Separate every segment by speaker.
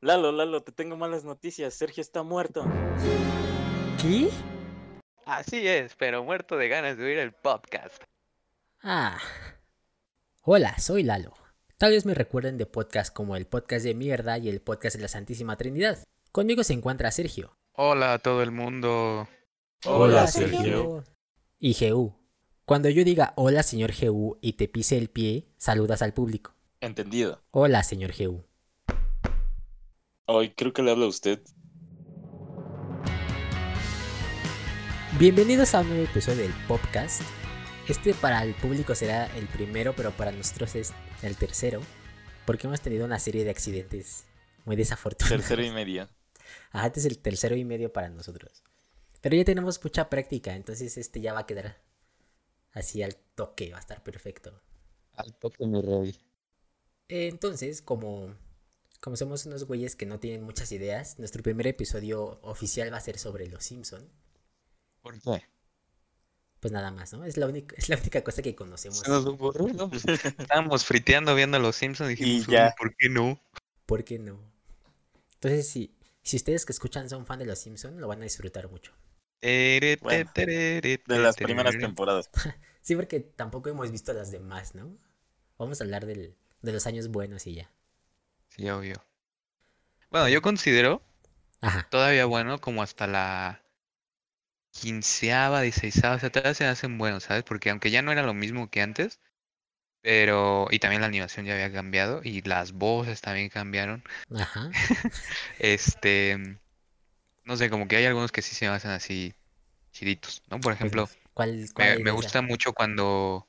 Speaker 1: Lalo, Lalo, te tengo malas noticias. Sergio está muerto.
Speaker 2: ¿Qué?
Speaker 3: Así es, pero muerto de ganas de oír el podcast.
Speaker 2: Ah. Hola, soy Lalo. Tal vez me recuerden de podcasts como el podcast de mierda y el podcast de la Santísima Trinidad. Conmigo se encuentra Sergio.
Speaker 4: Hola a todo el mundo.
Speaker 5: Hola, Sergio.
Speaker 2: Y GU. Cuando yo diga hola, señor GU, y te pise el pie, saludas al público.
Speaker 1: Entendido.
Speaker 2: Hola, señor GU.
Speaker 1: Hoy creo que le habla a usted.
Speaker 2: Bienvenidos a un nuevo episodio del podcast. Este para el público será el primero, pero para nosotros es el tercero, porque hemos tenido una serie de accidentes muy desafortunados.
Speaker 1: Tercero y medio.
Speaker 2: Ajá, este es el tercero y medio para nosotros. Pero ya tenemos mucha práctica, entonces este ya va a quedar así al toque, va a estar perfecto.
Speaker 4: Al toque, mi rey.
Speaker 2: Entonces, como, como somos unos güeyes que no tienen muchas ideas, nuestro primer episodio oficial va a ser sobre los Simpson.
Speaker 4: ¿Por qué?
Speaker 2: Pues nada más, ¿no? Es la única, es la única cosa que conocemos.
Speaker 4: Se nos ocurrió, ¿no? Pues, estábamos friteando viendo a los Simpsons y dijimos,
Speaker 1: Y ya.
Speaker 4: "Uy, ¿por qué no?
Speaker 2: ¿Por qué no? Entonces, si, si ustedes que escuchan son fan de los Simpson, lo van a disfrutar mucho.
Speaker 4: Tere, te,
Speaker 1: Bueno,
Speaker 4: tere, te,
Speaker 1: De las
Speaker 4: tere,
Speaker 1: primeras
Speaker 4: tere.
Speaker 1: temporadas.
Speaker 2: Sí, porque tampoco hemos visto las demás, ¿no? Vamos a hablar del, de los años buenos y ya.
Speaker 4: Sí, obvio. Bueno, yo considero
Speaker 2: Ajá.
Speaker 4: todavía bueno como hasta la quinceava, dieciseisava, o sea, todavía se hacen buenos, ¿sabes? Porque aunque ya no era lo mismo que antes, pero... Y también la animación ya había cambiado y las voces también cambiaron.
Speaker 2: Ajá.
Speaker 4: Este... No sé, como que hay algunos que sí se me hacen así chiditos, ¿no? Por
Speaker 2: Pues,
Speaker 4: ejemplo...
Speaker 2: ¿Cuál, cuál
Speaker 4: Me,
Speaker 2: es
Speaker 4: me
Speaker 2: esa?
Speaker 4: gusta mucho cuando,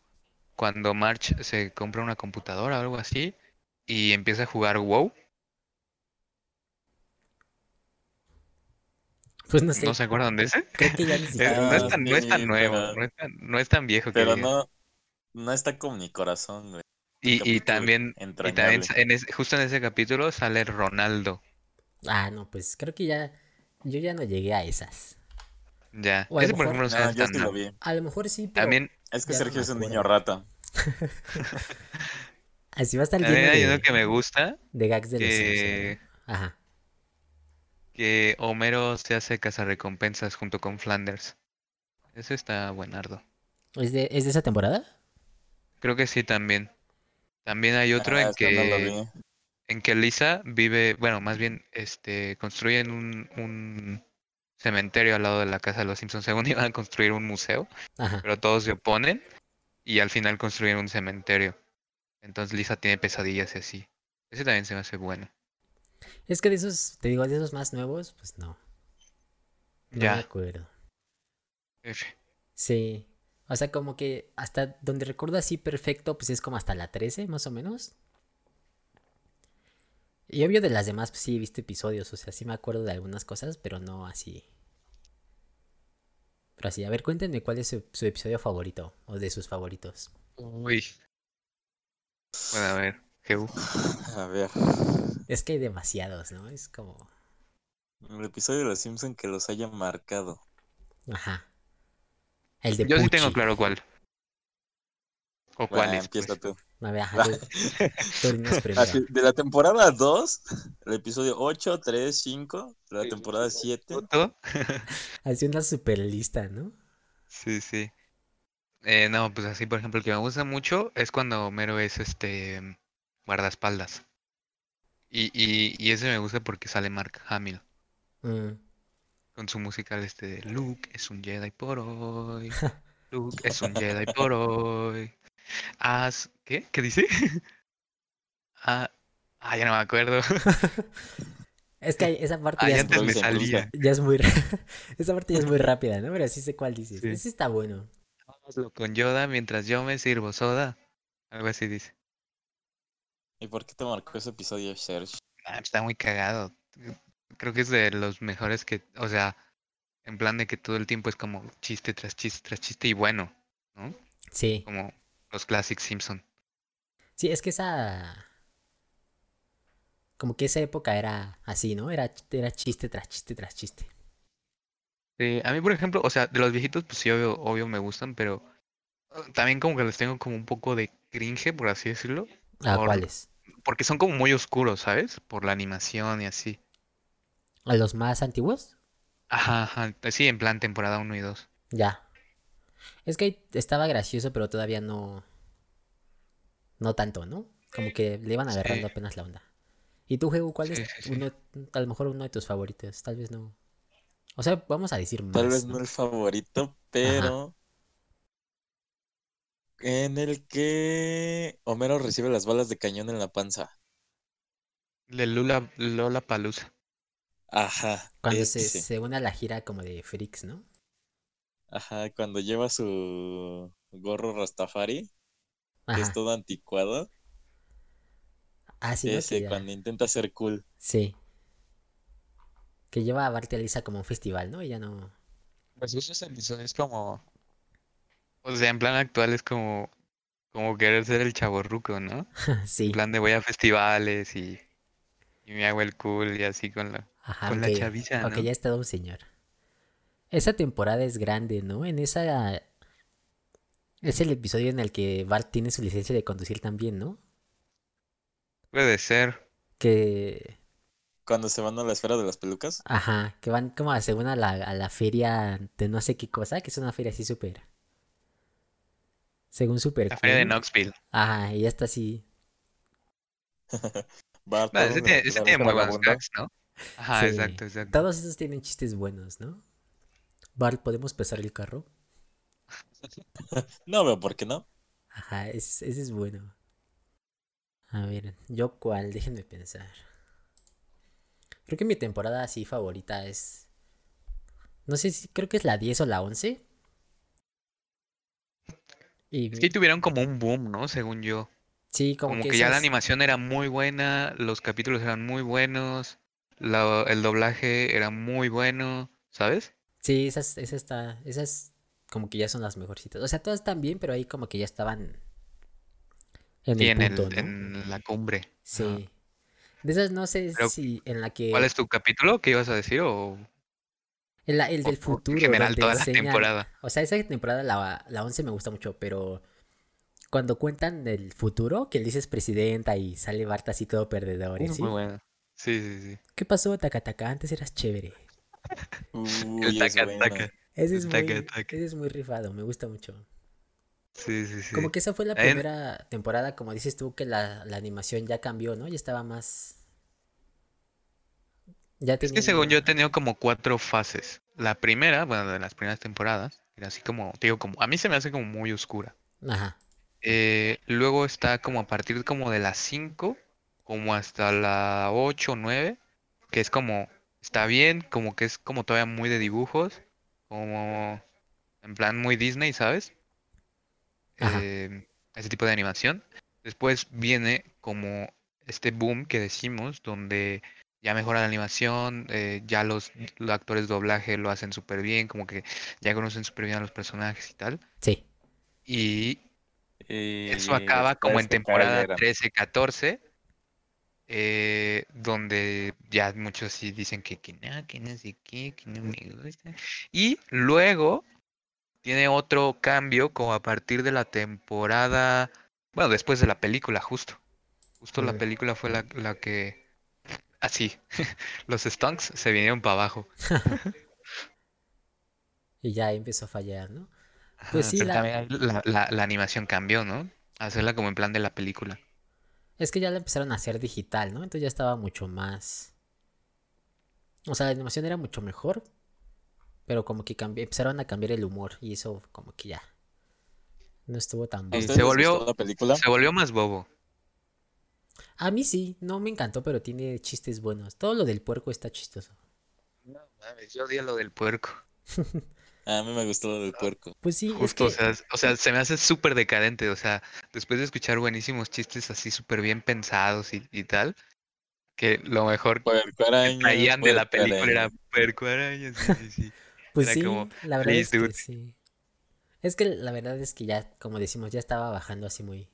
Speaker 4: cuando March se compra una computadora o algo así y empieza a jugar WoW.
Speaker 2: Pues no sé.
Speaker 4: ¿No se acuerdan de ese?
Speaker 2: Creo que ya ni
Speaker 4: Es-
Speaker 2: siquiera.
Speaker 4: no es tan, no es tan
Speaker 1: sí,
Speaker 4: nuevo,
Speaker 1: pero-
Speaker 4: no es tan, no es tan viejo que
Speaker 1: Pero
Speaker 4: digas.
Speaker 1: no, no está con mi corazón, güey.
Speaker 4: Y, y
Speaker 1: Capítulo
Speaker 4: también, y
Speaker 1: entrañable.
Speaker 4: también eh, en ese- justo en ese capítulo sale Ronaldo.
Speaker 2: Ah, no, pues creo que ya. Yo ya no llegué a esas.
Speaker 4: Ya.
Speaker 2: O a lo
Speaker 4: Ese, por
Speaker 2: mejor-
Speaker 4: ejemplo, no se
Speaker 1: No,
Speaker 4: hace
Speaker 1: Ah, yo
Speaker 4: tan
Speaker 1: sí lo
Speaker 4: nuevo.
Speaker 1: vi.
Speaker 2: A lo mejor sí, pero
Speaker 4: También,
Speaker 1: Es que
Speaker 2: Ya no
Speaker 1: Sergio
Speaker 2: me
Speaker 1: es un
Speaker 2: acuerdo.
Speaker 1: niño rata.
Speaker 2: así va a estar lleno
Speaker 4: también hay uno
Speaker 2: de,
Speaker 4: que me gusta,
Speaker 2: de gags de los
Speaker 4: que,
Speaker 2: Simpsons. ¿no? Ajá.
Speaker 4: que Homero se hace cazarrecompensas junto con Flanders. Ese está buenardo.
Speaker 2: ¿Es de, ¿Es de esa temporada?
Speaker 4: Creo que sí también. También hay otro
Speaker 1: Ah,
Speaker 4: en
Speaker 1: es que no lo
Speaker 4: que
Speaker 1: vi.
Speaker 4: en que Lisa vive, bueno, más bien, este, construyen un, un cementerio al lado de la casa de los Simpsons. Según iban a construir un museo,
Speaker 2: Ajá.
Speaker 4: pero todos se oponen y al final construyen un cementerio. Entonces Lisa tiene pesadillas y así. Ese también se me hace bueno.
Speaker 2: Es que de esos, te digo, de esos más nuevos, pues no. No me
Speaker 4: Ya,
Speaker 2: acuerdo.
Speaker 4: F.
Speaker 2: Sí. O sea, como que hasta donde recuerdo así perfecto, pues es como hasta la 13, más o menos. Y obvio de las demás, pues sí, he visto episodios, o sea, sí me acuerdo de algunas cosas, pero no así. Pero así, a ver, cuéntenme cuál es su, su episodio favorito, o de sus favoritos.
Speaker 4: Uy. Bueno, a ver, Jehu.
Speaker 1: A ver.
Speaker 2: Es que hay demasiados, ¿no? Es como...
Speaker 1: El episodio de los Simpson que los haya marcado.
Speaker 2: Ajá. El de
Speaker 4: Yo sí tengo
Speaker 2: Pucci.
Speaker 4: claro cuál. ¿O
Speaker 1: Bueno,
Speaker 4: pues. cuál es?
Speaker 1: Ah, empieza tú.
Speaker 2: A ver, ajá, tú- tú dinos primero.
Speaker 1: Así, de la temporada 2, el episodio 8, 3, 5, de la temporada 7.
Speaker 2: Así una super lista, ¿no?
Speaker 4: Sí, sí. Eh, no, pues así, por ejemplo, el que me gusta mucho es cuando Homero es este guardaespaldas. Y, y, y ese me gusta porque sale Mark Hamill
Speaker 2: Mm.
Speaker 4: con su musical este de Luke es un Jedi por hoy. Luke es un Jedi por hoy. Haz... ¿Qué? ¿Qué dice? Ah, ah, ya no me acuerdo.
Speaker 2: Es que esa parte
Speaker 4: Ay,
Speaker 2: ya es
Speaker 4: antes me
Speaker 1: produce, produce.
Speaker 4: salía.
Speaker 2: Ya es muy. ra- Esa parte ya es muy rápida, ¿no? Pero sí sé cuál dices.
Speaker 4: Sí.
Speaker 2: Ese está bueno.
Speaker 4: Hazlo con Yoda mientras yo me sirvo soda. Algo así dice.
Speaker 1: ¿Y por qué te marcó ese episodio, Serge?
Speaker 4: Ah, Está muy cagado. Creo que es de los mejores que, o sea, en plan de que todo el tiempo es como chiste tras chiste tras chiste y bueno,
Speaker 2: Sí.
Speaker 4: como los Classic Simpson.
Speaker 2: Sí, es que esa. Como que esa época era así, ¿no? Era, era chiste tras chiste tras chiste.
Speaker 4: Sí, a mí, por ejemplo, o sea, de los viejitos, pues sí, obvio, obvio me gustan, ah, pero eh, también como que les tengo como un poco de cringe, por así decirlo.
Speaker 2: Ah,
Speaker 4: Por-
Speaker 2: ¿cuáles?
Speaker 4: Porque son como muy oscuros, ¿sabes? Por la animación y así.
Speaker 2: ¿A los más antiguos?
Speaker 4: Ajá, ajá. Sí, en plan temporada 1 y 2.
Speaker 2: Ya. Es que estaba gracioso, pero todavía no. No tanto, ¿no? Como que le iban agarrando
Speaker 4: Sí.
Speaker 2: apenas la onda. ¿Y tú, Geo, cuál
Speaker 4: Sí,
Speaker 2: es
Speaker 4: sí, sí.
Speaker 2: uno, a lo mejor uno de tus favoritos? Tal vez no. O sea, vamos a decir más.
Speaker 1: Tal vez no
Speaker 2: ¿no?
Speaker 1: el favorito, pero. En el que Homero recibe las balas de cañón en la panza.
Speaker 4: De Lula, Lola Palusa.
Speaker 1: Ajá.
Speaker 2: Cuando
Speaker 4: Este,
Speaker 2: se,
Speaker 1: ese.
Speaker 2: se une a la gira como de Freaks, ¿no?
Speaker 1: Ajá, cuando lleva su gorro Rastafari, que es
Speaker 2: Ajá.
Speaker 1: todo anticuado.
Speaker 2: Ah, sí, ¿no?
Speaker 1: ese,
Speaker 2: Que ya-
Speaker 1: cuando intenta ser cool.
Speaker 2: Sí. Que lleva a Bart y a Lisa como a un festival, ¿no? Ella no.
Speaker 4: Pues esos es como. O sea, en plan actual es como. Como querer ser el chaborruco, ¿no?
Speaker 2: sí.
Speaker 4: En plan de voy a festivales y. Y me hago el cool y así con la,
Speaker 2: Ajá,
Speaker 4: con la
Speaker 2: aunque-
Speaker 4: chaviza,
Speaker 2: Aunque
Speaker 4: ¿no?
Speaker 2: ya ha estado un señor. Esa temporada es grande, ¿no? En esa. Es el episodio en el que Bart tiene su licencia de conducir también, ¿no?
Speaker 4: Puede ser.
Speaker 2: Que.
Speaker 1: Cuando se van a la esfera de las pelucas.
Speaker 2: Ajá, que van como a según a la, a la feria de no sé qué cosa, que es una feria así súper. Según súper.
Speaker 4: La feria de
Speaker 2: cool.
Speaker 4: Knoxville.
Speaker 2: Ajá, y ya está así.
Speaker 1: Bart,
Speaker 4: Vale,
Speaker 1: todo
Speaker 4: ese
Speaker 1: un-
Speaker 4: tiene, ese
Speaker 1: todo un
Speaker 4: tiene muy buenos
Speaker 1: vagabundo.
Speaker 4: gags, ¿no? Ajá,
Speaker 2: Sí.
Speaker 4: exacto, exacto.
Speaker 2: Todos esos tienen chistes buenos, ¿no? Bart, ¿podemos pasar el carro?
Speaker 1: No veo por qué no.
Speaker 2: Ajá, ese, ese es bueno. A ver, ¿yo cuál? Déjenme pensar. Creo que mi temporada así favorita es... No sé si creo que es la 10 o la 11. Y
Speaker 4: Es que ahí tuvieron como un boom, ¿no? Según yo.
Speaker 2: sí, como,
Speaker 4: Como
Speaker 2: que,
Speaker 4: que ya la
Speaker 2: esas-
Speaker 4: animación era muy buena, los capítulos eran muy buenos, la- el doblaje era muy bueno, ¿sabes?
Speaker 2: Sí, esas, esas, está, esas como que ya son las mejorcitas. O sea, todas están bien, pero ahí como que ya estaban en
Speaker 4: Y
Speaker 2: el
Speaker 4: en, el-
Speaker 2: punto, ¿no?
Speaker 4: en la cumbre. Ajá.
Speaker 2: Sí. De esas no sé
Speaker 4: Pero,
Speaker 2: si en la que...
Speaker 4: ¿Cuál es tu capítulo? ¿Qué ibas a decir? O,
Speaker 2: en la- el
Speaker 4: o-
Speaker 2: del
Speaker 4: o
Speaker 2: futuro,
Speaker 4: en general
Speaker 2: donde
Speaker 4: toda la
Speaker 2: enseñan-
Speaker 4: temporada.
Speaker 2: O sea, esa temporada, la, la 11 me gusta mucho, pero cuando cuentan del futuro, que le dices presidenta y sale Bart así todo perdedor y
Speaker 4: Es
Speaker 2: así,
Speaker 4: muy buena. Sí, sí, sí.
Speaker 2: ¿Qué pasó, Takataka? Antes eras chévere.
Speaker 1: Uy, es
Speaker 4: taca,
Speaker 1: buena.
Speaker 4: taca.
Speaker 2: Ese es,
Speaker 4: Taca,
Speaker 2: muy,
Speaker 4: taca.
Speaker 2: ese es muy rifado, me gusta mucho.
Speaker 4: Sí, sí, sí.
Speaker 2: Como que esa fue la
Speaker 4: Ahí en-
Speaker 2: primera temporada, como dices tú, que la, la animación ya cambió, ¿no? Ya estaba más... Ya
Speaker 4: Es que según yo he
Speaker 2: tenía
Speaker 4: tenido como cuatro fases. La primera, bueno, de las primeras temporadas, era así como, te digo, como, a mí se me hace como muy oscura.
Speaker 2: una- Ajá,
Speaker 4: Eh, luego está como a partir como de las 5, como hasta la 8 o 9, que es como, está bien, como que es como todavía muy de dibujos, como en plan muy Disney, ¿sabes?
Speaker 2: Ajá.
Speaker 4: Eh, ese tipo de animación. Después viene como este boom que decimos, donde ya mejora la animación, eh, ya los, los actores de doblaje lo hacen súper bien, como que ya conocen súper bien a los personajes y tal.
Speaker 2: sí.
Speaker 4: Y
Speaker 1: Y
Speaker 4: eso acaba como
Speaker 1: después
Speaker 4: en
Speaker 1: se
Speaker 4: temporada
Speaker 1: cayeron.
Speaker 4: 13-14, eh, donde ya muchos sí dicen que, que no, que no sé qué, que no me gusta. Y luego tiene otro cambio como a partir de la temporada, bueno, después de la película, justo. Justo la
Speaker 2: Mm.
Speaker 4: película fue la, la que, así, los Stunks se vinieron para abajo.
Speaker 2: Y ya empezó a fallar, ¿no?
Speaker 4: Ajá,
Speaker 2: Pues sí,
Speaker 4: pero
Speaker 2: la-
Speaker 4: también ahí la- la- la animación cambió, ¿no? Hacerla como en plan de la película.
Speaker 2: Es que ya la empezaron a hacer digital, ¿no? Entonces ya estaba mucho más. O sea, la animación era mucho mejor. Pero como que cambi- empezaron a cambiar el humor. Y eso, como que ya. No estuvo tan
Speaker 1: ¿A
Speaker 4: Sí,
Speaker 2: bueno.
Speaker 1: ustedes
Speaker 4: Eh, se
Speaker 1: les
Speaker 4: volvió-
Speaker 1: gustó la película?
Speaker 4: Se volvió más bobo.
Speaker 2: A mí sí, no me encantó, pero tiene chistes buenos. Todo lo del puerco está chistoso.
Speaker 4: No mames, yo odio lo del puerco.
Speaker 1: A mí me gustó lo
Speaker 4: Ah.
Speaker 1: del puerco.
Speaker 2: Pues sí, es
Speaker 4: Justo, o
Speaker 2: que-
Speaker 4: sea, es- o sea, se me hace súper decadente. O sea, después de escuchar buenísimos chistes así súper bien pensados y, y tal, que lo mejor que
Speaker 1: Puerco araña.
Speaker 4: traían de la
Speaker 1: Pues, puerco
Speaker 4: película
Speaker 1: araña.
Speaker 4: era puerco araña. Sí, sí, sí.
Speaker 2: Pues
Speaker 4: Era
Speaker 2: sí,
Speaker 4: como,
Speaker 2: la verdad
Speaker 4: "Please,
Speaker 2: es que
Speaker 4: dude".
Speaker 2: sí. Es que la verdad es que ya, como decimos, ya estaba bajando así muy.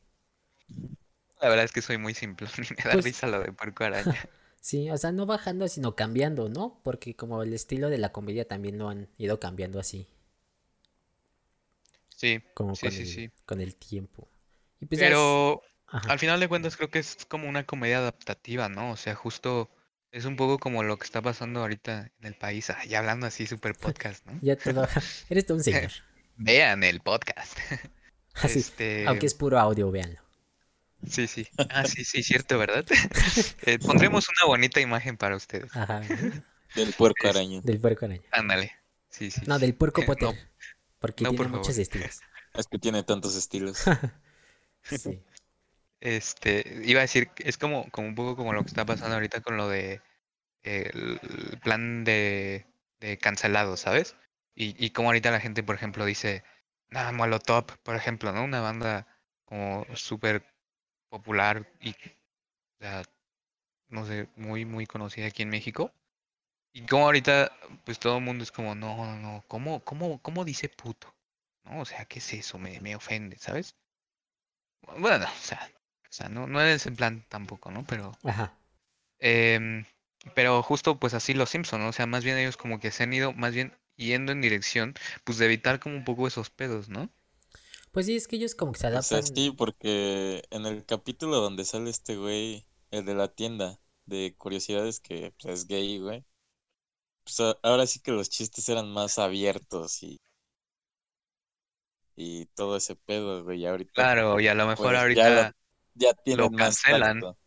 Speaker 4: La verdad es que soy muy simple y me da
Speaker 2: Pues-
Speaker 4: risa lo de puerco araña.
Speaker 2: Sí, o sea, no bajando, sino cambiando, ¿no? Porque como el estilo de la comedia también lo han ido cambiando así.
Speaker 4: Sí,
Speaker 2: como
Speaker 4: Sí,
Speaker 2: con,
Speaker 4: sí,
Speaker 2: el,
Speaker 4: sí.
Speaker 2: con el tiempo. Y pues ya es-
Speaker 4: pero
Speaker 2: Ajá.
Speaker 4: Al final de cuentas creo que es como una comedia adaptativa, ¿no? O sea, justo es un poco como lo que está pasando ahorita en el país, ah, ya hablando así super podcast, ¿no?
Speaker 2: Ya te lo- Eres todo un señor.
Speaker 4: Vean el podcast.
Speaker 2: Así.
Speaker 4: Este,
Speaker 2: Aunque es puro audio, véanlo.
Speaker 4: Sí, sí. Ah, sí, sí, cierto, ¿verdad? Eh, pondremos una bonita imagen para ustedes.
Speaker 2: Ajá.
Speaker 1: Del puerco araña.
Speaker 2: Del puerco araña.
Speaker 4: Ándale. Sí, sí.
Speaker 2: No,
Speaker 4: sí.
Speaker 2: del puerco
Speaker 4: Eh, no.
Speaker 2: Potter. Porque
Speaker 4: No,
Speaker 2: tiene
Speaker 4: por favor.
Speaker 2: muchos estilos.
Speaker 1: Es que tiene tantos estilos.
Speaker 2: Sí.
Speaker 4: Este, iba a decir, que es como, como un poco como lo que está pasando ahorita con lo de eh, el plan de, de cancelado, ¿sabes? Y, y como ahorita la gente, por ejemplo, dice, ah, Molotov, por ejemplo, ¿no? Una banda como súper popular y, o sea, no sé, muy, muy conocida aquí en México. Y como ahorita, pues todo el mundo es como, no, no, no, ¿cómo, cómo, cómo dice puto? ¿No? O sea, ¿qué es eso? Me, me ofende, ¿sabes? Bueno, o sea, o sea, no, no en ese plan tampoco, ¿no? Pero,
Speaker 2: Ajá.
Speaker 4: em, pero justo pues así los Simpson, ¿no? O sea, más bien ellos como que se han ido, más bien yendo en dirección, pues de evitar como un poco esos pedos, ¿no?
Speaker 2: Pues sí, es que ellos como que se
Speaker 1: O sea,
Speaker 2: adaptan.
Speaker 1: sí, porque en el capítulo donde sale este güey, el de la tienda, de curiosidades que pues, es gay, güey. Pues a- ahora sí que los chistes eran más abiertos y. Y todo ese pedo, güey. Y ahorita.
Speaker 4: Claro, y a lo mejor
Speaker 1: pues, ya lo-
Speaker 4: ahorita,
Speaker 1: Ya tienen
Speaker 4: lo
Speaker 1: más
Speaker 4: cancelan.
Speaker 1: tacto.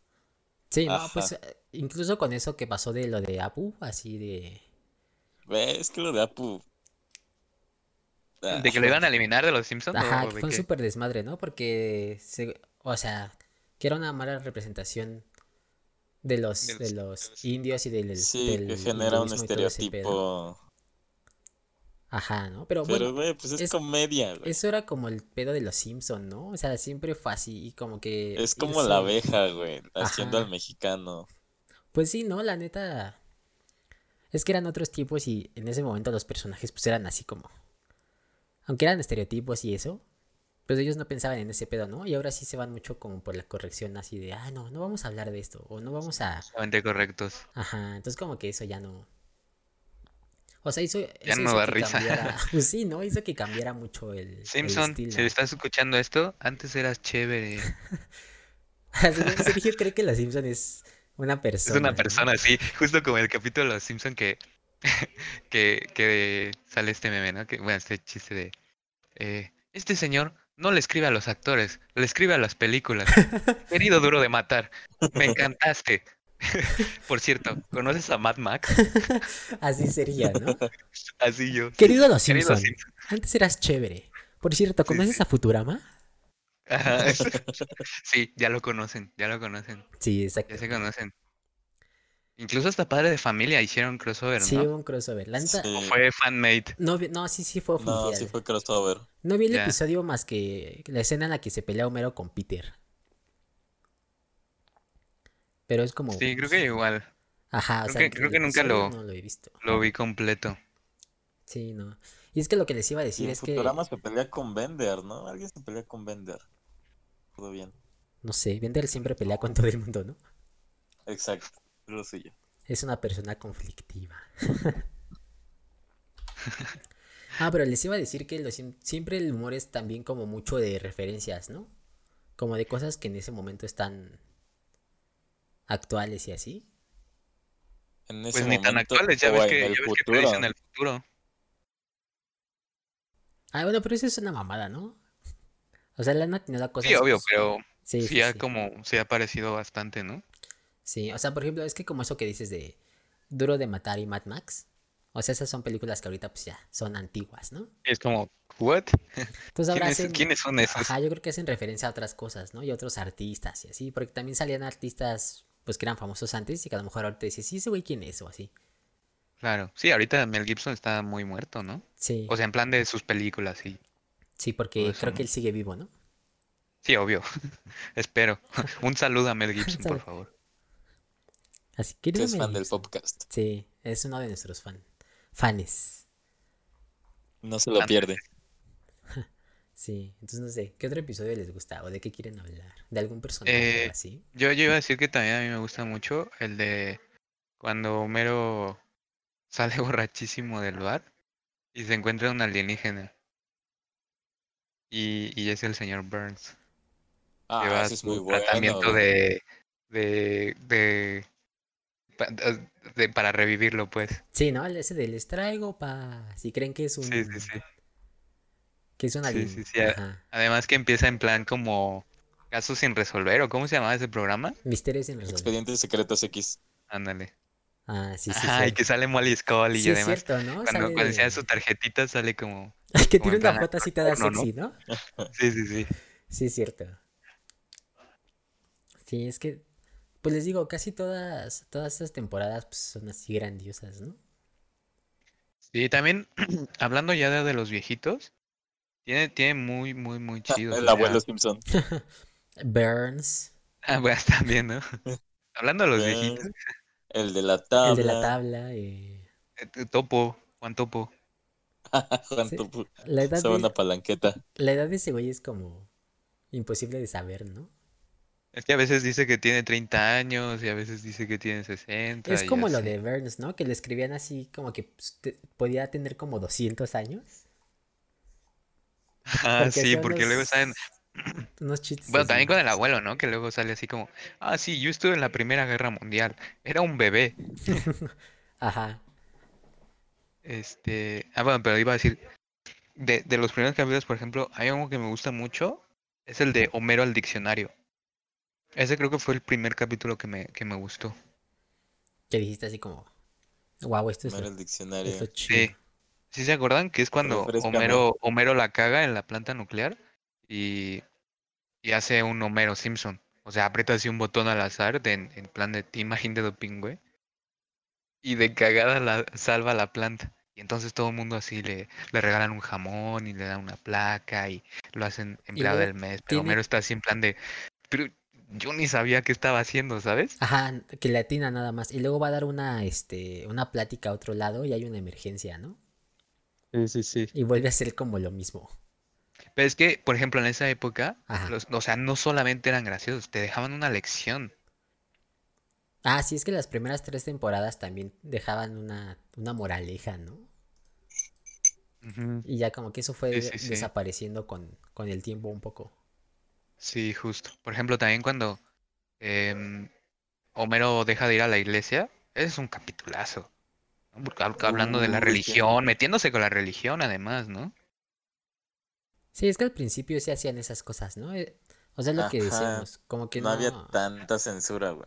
Speaker 2: Sí, no,
Speaker 1: Ajá.
Speaker 2: pues eh, incluso con eso que pasó de lo de Apu, así de.
Speaker 1: Güey, es que lo de Apu. ah,
Speaker 4: de que lo iban a eliminar de los Simpson,
Speaker 2: Ajá,
Speaker 4: o
Speaker 2: que
Speaker 4: de
Speaker 2: fue un
Speaker 4: qué?
Speaker 2: súper desmadre, ¿no? Porque, se- o sea, que era una mala representación de los,
Speaker 4: De los-
Speaker 2: de
Speaker 4: de
Speaker 2: los
Speaker 4: los-
Speaker 2: indios y del.
Speaker 1: Sí,
Speaker 2: del
Speaker 1: que genera un
Speaker 2: hinduismo y todo ese pedo.
Speaker 1: estereotipo.
Speaker 2: Ajá, ¿no? Pero bueno,
Speaker 1: Pero, güey, pues es,
Speaker 2: es-
Speaker 1: comedia, güey.
Speaker 2: eso era como el pedo de los Simpson, ¿no? O sea, siempre fue así y como que.
Speaker 1: Es como la
Speaker 2: irse-
Speaker 1: abeja, güey, haciendo
Speaker 2: Ajá.
Speaker 1: al mexicano.
Speaker 2: Pues sí, ¿no? La neta. Es que eran otros tiempos y en ese momento los personajes pues eran así como. Aunque eran estereotipos y eso. Pues ellos no pensaban en ese pedo, ¿no? Y ahora sí se van mucho como por la corrección así de, ah, no, no vamos a hablar de esto. O no vamos a.
Speaker 4: Solamente correctos.
Speaker 2: Ajá. Entonces como que eso ya no. O sea, hizo.
Speaker 4: Ya
Speaker 2: eso
Speaker 4: no
Speaker 2: hizo
Speaker 4: da
Speaker 2: que
Speaker 4: risa.
Speaker 2: cambiara- Pues sí, ¿no? Hizo que cambiara mucho el. el
Speaker 4: Simpson, si
Speaker 2: estilo.
Speaker 4: estás escuchando esto, antes eras chévere.
Speaker 2: Así que Sergio cree que la Simpson es una persona.
Speaker 4: Es una
Speaker 2: ¿no?
Speaker 4: persona así, justo como el capítulo de los Simpson que, que, que sale este meme, ¿no? Que, bueno, este chiste de eh, este señor no le escribe a los actores, le escribe a las películas. Querido duro de matar, me encantaste. Por cierto, ¿conoces a Mad Max?
Speaker 2: Así sería, ¿no?
Speaker 4: Así yo. sí.
Speaker 2: Querido Los
Speaker 4: Querido
Speaker 2: Simpson, antes eras chévere. Por cierto, ¿conoces a Futurama?
Speaker 4: Ajá. Sí, ya lo conocen, ya lo conocen,
Speaker 2: Sí, exacto.
Speaker 4: ya se conocen. Incluso hasta Padre de Familia hicieron crossover,
Speaker 2: Sí,
Speaker 4: ¿no?
Speaker 2: hubo un crossover. La neta,
Speaker 1: Sí.
Speaker 4: O fue fanmate.
Speaker 2: no, vi- no, sí, sí fue
Speaker 1: No,
Speaker 2: oficial.
Speaker 1: sí fue crossover.
Speaker 2: No vi el
Speaker 4: Ya.
Speaker 2: episodio más que la escena en la que se pelea Homero con Peter. Pero es como... pues,
Speaker 4: Sí, creo que igual.
Speaker 2: Ajá, o
Speaker 4: creo
Speaker 2: sea,
Speaker 4: que- creo
Speaker 2: el
Speaker 4: que nunca
Speaker 2: episodio
Speaker 4: lo-
Speaker 2: No lo he visto.
Speaker 4: Lo vi completo.
Speaker 2: Sí, no. Y es que lo que les iba a
Speaker 1: Sí,
Speaker 2: decir
Speaker 1: en
Speaker 2: es que...
Speaker 1: Futurama se pelea con Bender, ¿no? Alguien se pelea con Bender. Todo bien.
Speaker 2: No sé, Bender siempre pelea con todo el mundo, ¿no?
Speaker 1: Exacto. es Lo suyo.
Speaker 2: Es una persona conflictiva. ah, pero les iba a decir que los sim- siempre el humor es también como mucho de referencias, ¿no? Como de cosas que en ese momento están actuales y así.
Speaker 1: En
Speaker 4: Pues
Speaker 1: ese
Speaker 4: ni tan
Speaker 1: momento
Speaker 4: actuales, ya
Speaker 1: o
Speaker 4: ves
Speaker 1: en
Speaker 4: que,
Speaker 1: el
Speaker 4: ya ves que
Speaker 1: futuro.
Speaker 4: predicen el futuro.
Speaker 2: Ah, bueno, pero eso es una mamada, ¿no? O sea, le han atinado a cosas.
Speaker 4: Sí, obvio,
Speaker 2: pues,
Speaker 4: pero
Speaker 2: Sí,
Speaker 4: sí,
Speaker 2: sí,
Speaker 4: ha
Speaker 2: sí.
Speaker 4: como se ha parecido bastante, ¿no?
Speaker 2: Sí, o sea, por ejemplo, es que como eso que dices de Duro de Matar y Mad Max. O sea, esas son películas que ahorita pues ya son antiguas, ¿no?
Speaker 4: Es como, ¿what?
Speaker 2: Entonces ahora
Speaker 4: ¿Quiénes,
Speaker 2: hacen-
Speaker 4: quiénes son esos?
Speaker 2: Ajá, yo creo que hacen referencia a otras cosas, ¿no? Y a otros artistas y así, porque también salían artistas pues que eran famosos antes y que a lo mejor ahorita dices, sí, ese güey quién es o así.
Speaker 4: Claro. Sí, ahorita Mel Gibson está muy muerto, ¿no?
Speaker 2: Sí,
Speaker 4: O sea, en plan de sus películas, sí.
Speaker 2: sí, porque
Speaker 4: todo eso,
Speaker 2: creo
Speaker 4: ¿no?
Speaker 2: que él sigue vivo, ¿no?
Speaker 4: Sí, obvio. Espero. Un saludo a Mel Gibson, por
Speaker 2: saludo.
Speaker 4: favor.
Speaker 2: Así que
Speaker 1: Si es
Speaker 2: dime,
Speaker 1: fan del
Speaker 2: Gibson.
Speaker 1: podcast.
Speaker 2: Sí, es uno de nuestros fan, fans.
Speaker 1: No se lo
Speaker 4: Ándale.
Speaker 1: pierde.
Speaker 2: Sí, entonces no sé, ¿qué otro episodio les gusta o de qué quieren hablar? ¿De algún personaje
Speaker 4: Eh,
Speaker 2: o así?
Speaker 4: Yo, yo iba a decir que también a mí me gusta mucho el de cuando Homero sale borrachísimo del bar y se encuentra un alienígena. Y, y es el señor Burns.
Speaker 1: Ah,
Speaker 4: lleva
Speaker 1: ese es muy
Speaker 4: su
Speaker 1: bueno.
Speaker 4: tratamiento
Speaker 1: güey.
Speaker 4: de, de, de, pa- de- de- para revivirlo, pues.
Speaker 2: Sí, ¿no? Ese de les traigo pa... Si creen que es un...
Speaker 4: Sí, sí, sí.
Speaker 2: Que es una...
Speaker 4: Sí,
Speaker 2: lim-
Speaker 4: sí, sí, a-
Speaker 2: Ajá.
Speaker 4: Además que empieza en plan como casos sin resolver, ¿o cómo se llamaba ese programa?
Speaker 2: Misterios sin resolver.
Speaker 1: Expedientes secretos X.
Speaker 4: Ándale.
Speaker 2: Ah, sí, sí.
Speaker 4: Ajá, y
Speaker 2: cierto.
Speaker 4: que sale Molly Scoll y
Speaker 2: Sí, es
Speaker 4: además
Speaker 2: cierto, ¿no?
Speaker 4: cuando,
Speaker 2: Sale
Speaker 4: cuando
Speaker 2: de-
Speaker 4: enseña su tarjetita sale como...
Speaker 2: que
Speaker 4: como
Speaker 2: tiene
Speaker 4: en
Speaker 2: una
Speaker 4: plan
Speaker 2: jota así toda
Speaker 4: porno, ¿no?
Speaker 2: sexy, ¿no?
Speaker 4: Sí, sí, sí.
Speaker 2: Sí, es cierto. Sí, es que, pues les digo, casi todas, todas esas temporadas pues, son así grandiosas, ¿no?
Speaker 4: Sí, también hablando ya de, de los viejitos, tiene, tiene muy, muy, muy chidos.
Speaker 1: El
Speaker 4: o
Speaker 1: abuelo
Speaker 4: sea,
Speaker 1: Simpson.
Speaker 2: Burns,
Speaker 4: ah, bueno, también, ¿no? Hablando de los viejitos,
Speaker 1: Eh, El de la tabla.
Speaker 2: el de la tabla, eh,
Speaker 4: eh, Topo, Juan Topo.
Speaker 1: Juan
Speaker 2: Sí.
Speaker 1: Topu.
Speaker 2: La edad,
Speaker 1: Usaba una
Speaker 2: de,
Speaker 1: palanqueta.
Speaker 2: la edad de ese güey es como imposible de saber, ¿no?
Speaker 4: Es que a veces dice que tiene 30 años y a veces dice que tiene 60.
Speaker 2: Es
Speaker 4: y
Speaker 2: como lo
Speaker 4: así.
Speaker 2: de Burns, ¿no? Que lo escribían así como que pues, te- podía tener como 200 años.
Speaker 4: Ah,
Speaker 2: porque
Speaker 4: sí,
Speaker 2: son
Speaker 4: porque
Speaker 2: los-
Speaker 4: luego salen...
Speaker 2: Unos chistes.
Speaker 4: Bueno,
Speaker 2: así.
Speaker 4: también con el abuelo, ¿no? Que luego sale así como, ah, sí, yo estuve en la Primera Guerra Mundial, era un bebé.
Speaker 2: Ajá.
Speaker 4: Este, ah, bueno, pero iba a decir, de, de los primeros capítulos, por ejemplo, hay algo que me gusta mucho, es el de Homero al diccionario. Ese creo que fue el primer capítulo que me, que me gustó.
Speaker 2: Que dijiste así como, wow, esto es
Speaker 1: Mira
Speaker 2: lo,
Speaker 1: el diccionario.
Speaker 2: es lo chido.
Speaker 4: ¿Sí se acuerdan? Que es cuando
Speaker 1: Refréscame.
Speaker 4: Homero, Homero la caga en la planta nuclear y, y hace un Homero Simpson. O sea, aprieta así un botón al azar de- en, en plan de Team de Doping, güey. Y de cagada la, salva la planta. Y entonces todo el mundo así le, le regalan un jamón y le dan una placa y lo hacen empleado
Speaker 2: luego
Speaker 4: del mes.
Speaker 2: tiene-
Speaker 4: Pero Homero está así en plan de... Pero yo ni sabía qué estaba haciendo, ¿sabes?
Speaker 2: Ajá, que le atina nada más. Y luego va a dar una, este, una plática a otro lado y hay una emergencia, ¿no?
Speaker 4: Sí, sí, sí.
Speaker 2: Y vuelve a ser como lo mismo.
Speaker 4: Pero es que, por ejemplo, en esa época,
Speaker 2: Ajá.
Speaker 4: los- o sea, no solamente eran graciosos, te dejaban una lección.
Speaker 2: Ah, sí, es que las primeras tres temporadas también dejaban una, una moraleja, ¿no? Y ya como que eso fue
Speaker 4: Sí, sí, sí.
Speaker 2: desapareciendo con, con el tiempo un poco.
Speaker 4: Sí, justo. Por ejemplo, también cuando em, Homero deja de ir a la iglesia, ese es un capitulazo. ¿no? Porque hab- hablando de la
Speaker 1: Uy, sí.
Speaker 4: religión, metiéndose con la religión además, ¿no?
Speaker 2: Sí, es que al principio se hacían esas cosas, ¿no? Eh, O sea, es lo que
Speaker 1: Ajá.
Speaker 2: decimos, como que
Speaker 1: no, había
Speaker 2: no-
Speaker 1: tanta censura, güey.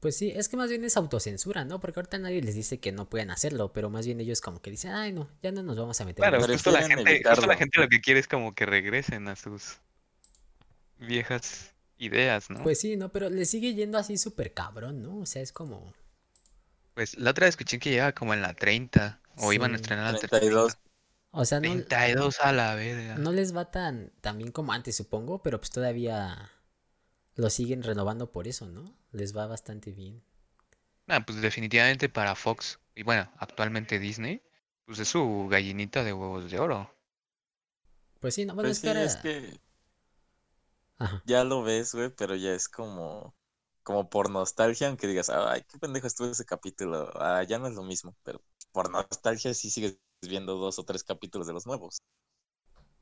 Speaker 2: Pues sí, es que más bien es autocensura, ¿no? Porque ahorita nadie les dice que no pueden hacerlo, pero más bien ellos como que dicen, ay, no, ya no nos vamos a meter en
Speaker 4: Claro,
Speaker 2: esto".
Speaker 4: justo la
Speaker 1: prefieren
Speaker 4: gente, justo la
Speaker 1: evitarlo.
Speaker 4: gente lo que quiere es como que regresen a sus viejas ideas, ¿no?
Speaker 2: Pues sí, ¿no? Pero le sigue yendo así súper cabrón, ¿no? O sea, es como...
Speaker 4: Pues la otra vez escuché que llegaba como en la 30, o iban a
Speaker 2: Sí,
Speaker 4: estrenar la
Speaker 1: 32.
Speaker 2: O sea, no,
Speaker 4: 32 a la verga.
Speaker 2: no les va tan, tan bien como antes, supongo, pero pues todavía lo siguen renovando por eso, ¿no? Les va bastante bien.
Speaker 4: Ah, pues definitivamente para Fox y bueno, actualmente Disney, pues es su gallinita de huevos de oro.
Speaker 2: Pues sí, no, bueno,
Speaker 1: Pues
Speaker 2: es
Speaker 1: sí,
Speaker 2: que ahora...
Speaker 1: es que
Speaker 2: Ajá.
Speaker 1: ya lo ves, güey, pero ya es como, como por nostalgia, aunque digas, ay, qué pendejo estuvo ese capítulo. Ah, ya no es lo mismo, pero por nostalgia sí sigues viendo dos o tres capítulos de los nuevos.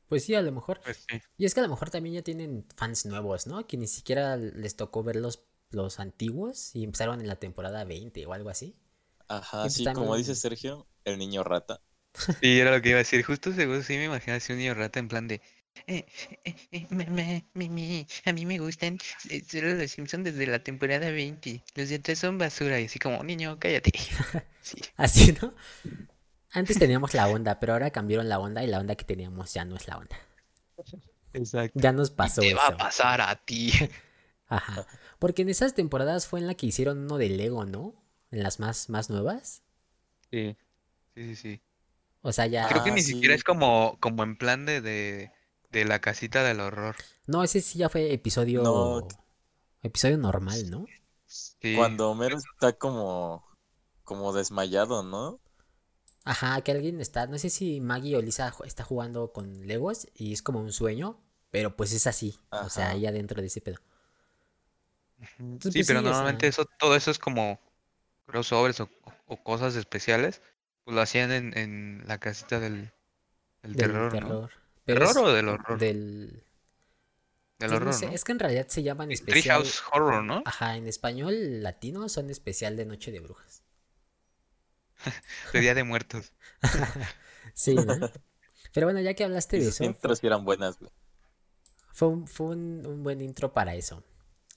Speaker 2: Pues sí, a lo mejor.
Speaker 4: Pues sí.
Speaker 2: Y es que a lo mejor también ya tienen fans nuevos, ¿no? Que ni siquiera les tocó ver los, los antiguos y empezaron en la temporada 20 o algo así.
Speaker 1: Ajá,
Speaker 2: pues
Speaker 1: sí, como dice
Speaker 2: también-
Speaker 1: Sergio, el niño rata.
Speaker 4: Y era lo que iba a decir, justo seguro sí me imagino así un niño rata en plan de "Eh, eh, eh, mamá, mimi, a mí me gustan eh, solo los Simpsons desde la temporada 20. Los de atrás son basura y así como, niño, cállate. Sí.
Speaker 2: Así, ¿no? Antes teníamos la onda, pero ahora cambiaron la onda y la onda que teníamos ya no es la onda.
Speaker 4: Exacto.
Speaker 2: Ya nos
Speaker 4: Y
Speaker 2: pasó
Speaker 4: te va a
Speaker 2: eso.
Speaker 4: pasar a ti.
Speaker 2: Ajá. Porque en esas temporadas fue en la que hicieron uno de Lego, ¿no? En las más, más nuevas.
Speaker 4: Sí. Sí, sí, sí.
Speaker 2: O sea, ya.
Speaker 4: Creo que
Speaker 1: Ah,
Speaker 4: ni siquiera
Speaker 1: sí.
Speaker 4: es como, como en plan de, de, de la casita del horror.
Speaker 2: No, ese sí ya fue episodio.
Speaker 1: No.
Speaker 2: Episodio normal, ¿no?
Speaker 4: Sí.
Speaker 1: Cuando Homero está como, como desmayado, ¿no?
Speaker 2: Ajá, que alguien está. No sé si Maggie o Lisa ju- está jugando con Legos y es como un sueño, pero pues es así. O sea,
Speaker 1: Ajá.
Speaker 2: ahí adentro de ese pedo.
Speaker 4: Mm,
Speaker 2: Entonces,
Speaker 4: Sí,
Speaker 2: pues,
Speaker 4: pero
Speaker 2: sí, o sea-
Speaker 4: normalmente eso, todo eso es como crossovers o, o- o cosas especiales, pues lo hacían en, en la casita del, del
Speaker 2: Del
Speaker 4: terror, ¿no?
Speaker 2: terror. Pero
Speaker 4: ¿Terror
Speaker 2: es
Speaker 4: o del horror?
Speaker 2: Del.
Speaker 4: Del
Speaker 2: Pues no
Speaker 4: horror,
Speaker 2: sé,
Speaker 4: ¿no?
Speaker 2: Es que en realidad se llaman especial.
Speaker 4: Treehouse Horror, ¿no?
Speaker 2: Ajá, en español latino son especial de Noche de Brujas.
Speaker 4: De Día de Muertos.
Speaker 2: Sí, ¿no? Pero bueno, ya que hablaste de
Speaker 1: Esas
Speaker 2: eso,
Speaker 1: intros sí eran buenas, güey.
Speaker 2: fue un, fue un, un buen intro para eso.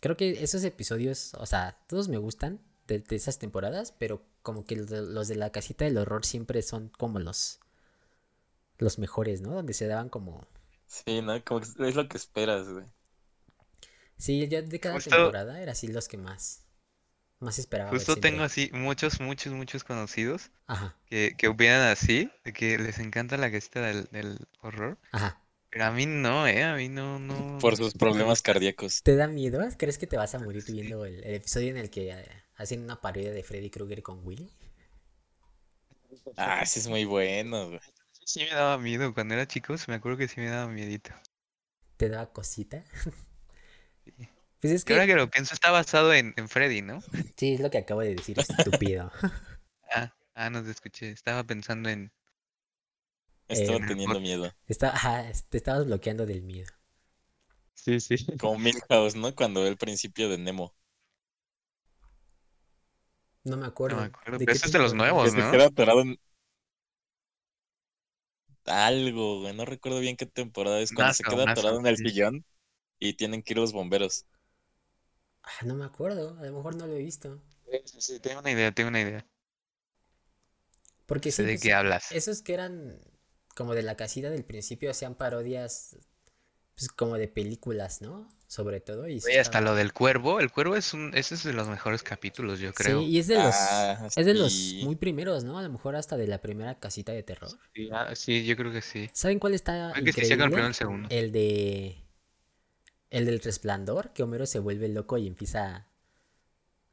Speaker 2: Creo que esos episodios, o sea, todos me gustan de, de esas temporadas, pero como que los de- los de la casita del horror siempre son como los, los mejores, ¿no? Donde se daban como...
Speaker 1: Sí, ¿no? Como que es lo que esperas, güey.
Speaker 2: Sí, ya de cada
Speaker 4: Justo-
Speaker 2: temporada era así los que más, más esperaba. ver
Speaker 4: Justo
Speaker 2: siempre.
Speaker 4: tengo así muchos, muchos, muchos conocidos
Speaker 2: Ajá,
Speaker 4: que, que opinan así, de que les encanta la casita del, del horror.
Speaker 2: ajá.
Speaker 4: Pero a mí no, ¿eh? A mí no, no.
Speaker 1: Por sus problemas cardíacos.
Speaker 2: ¿Te da miedo? ¿Crees que te vas a morir viendo el, el episodio en el que eh, hacen una parodia de Freddy Krueger con Willy?
Speaker 1: Ah, sí es muy bueno, güey.
Speaker 4: Sí me daba miedo. Cuando era chico, me acuerdo que sí me daba miedito.
Speaker 2: ¿Te da cosita?
Speaker 4: Sí.
Speaker 2: Pues es
Speaker 4: Y ahora
Speaker 2: que...
Speaker 4: que lo pienso, está basado en, en Freddy, ¿no?
Speaker 2: Sí, es lo que acabo de decir, estúpido.
Speaker 4: Ah, ah, no te escuché. Estaba pensando en.
Speaker 1: Estaba
Speaker 2: Eh,
Speaker 1: teniendo miedo.
Speaker 2: Está, ajá, es- te estabas bloqueando del miedo.
Speaker 4: Sí, sí.
Speaker 1: Como Milhouse, ¿no? Cuando ve el principio de Nemo.
Speaker 2: No me
Speaker 4: No
Speaker 2: acuerdo.
Speaker 4: me acuerdo.
Speaker 2: ¿De
Speaker 4: Pero
Speaker 2: qué
Speaker 4: este es de los
Speaker 2: temporada?
Speaker 1: Que
Speaker 4: nuevos,
Speaker 1: se
Speaker 4: ¿no?
Speaker 1: queda atorado en... Algo, güey. No recuerdo bien qué temporada es. Cuando se
Speaker 4: Nassau,
Speaker 1: queda
Speaker 4: Nassau,
Speaker 1: atorado en el
Speaker 4: sí.
Speaker 1: sillón y tienen que ir los bomberos.
Speaker 2: Ah, no me acuerdo, a lo mejor no lo he visto.
Speaker 4: Sí, tengo una idea, tengo una idea.
Speaker 2: Porque
Speaker 4: Sé
Speaker 2: sí,
Speaker 4: de
Speaker 2: pues,
Speaker 4: qué hablas.
Speaker 2: esos que eran como de la casita del principio hacían parodias pues, como de películas, ¿no? Sobre todo. Y sí
Speaker 4: Oye, hasta
Speaker 2: estaba-
Speaker 4: lo del cuervo. El cuervo es un. Ese es de los mejores capítulos, yo creo.
Speaker 2: Sí, y es de los,
Speaker 1: Ah,
Speaker 2: es de los
Speaker 1: sí.
Speaker 2: muy primeros, ¿no? A lo mejor hasta de la primera casita de terror.
Speaker 4: Sí, ah, sí, yo creo que sí.
Speaker 2: ¿Saben cuál está
Speaker 4: Creo que sí, sea con el primero
Speaker 2: increíble?
Speaker 4: y el segundo.
Speaker 2: El de. El del resplandor, que Homero se vuelve loco y empieza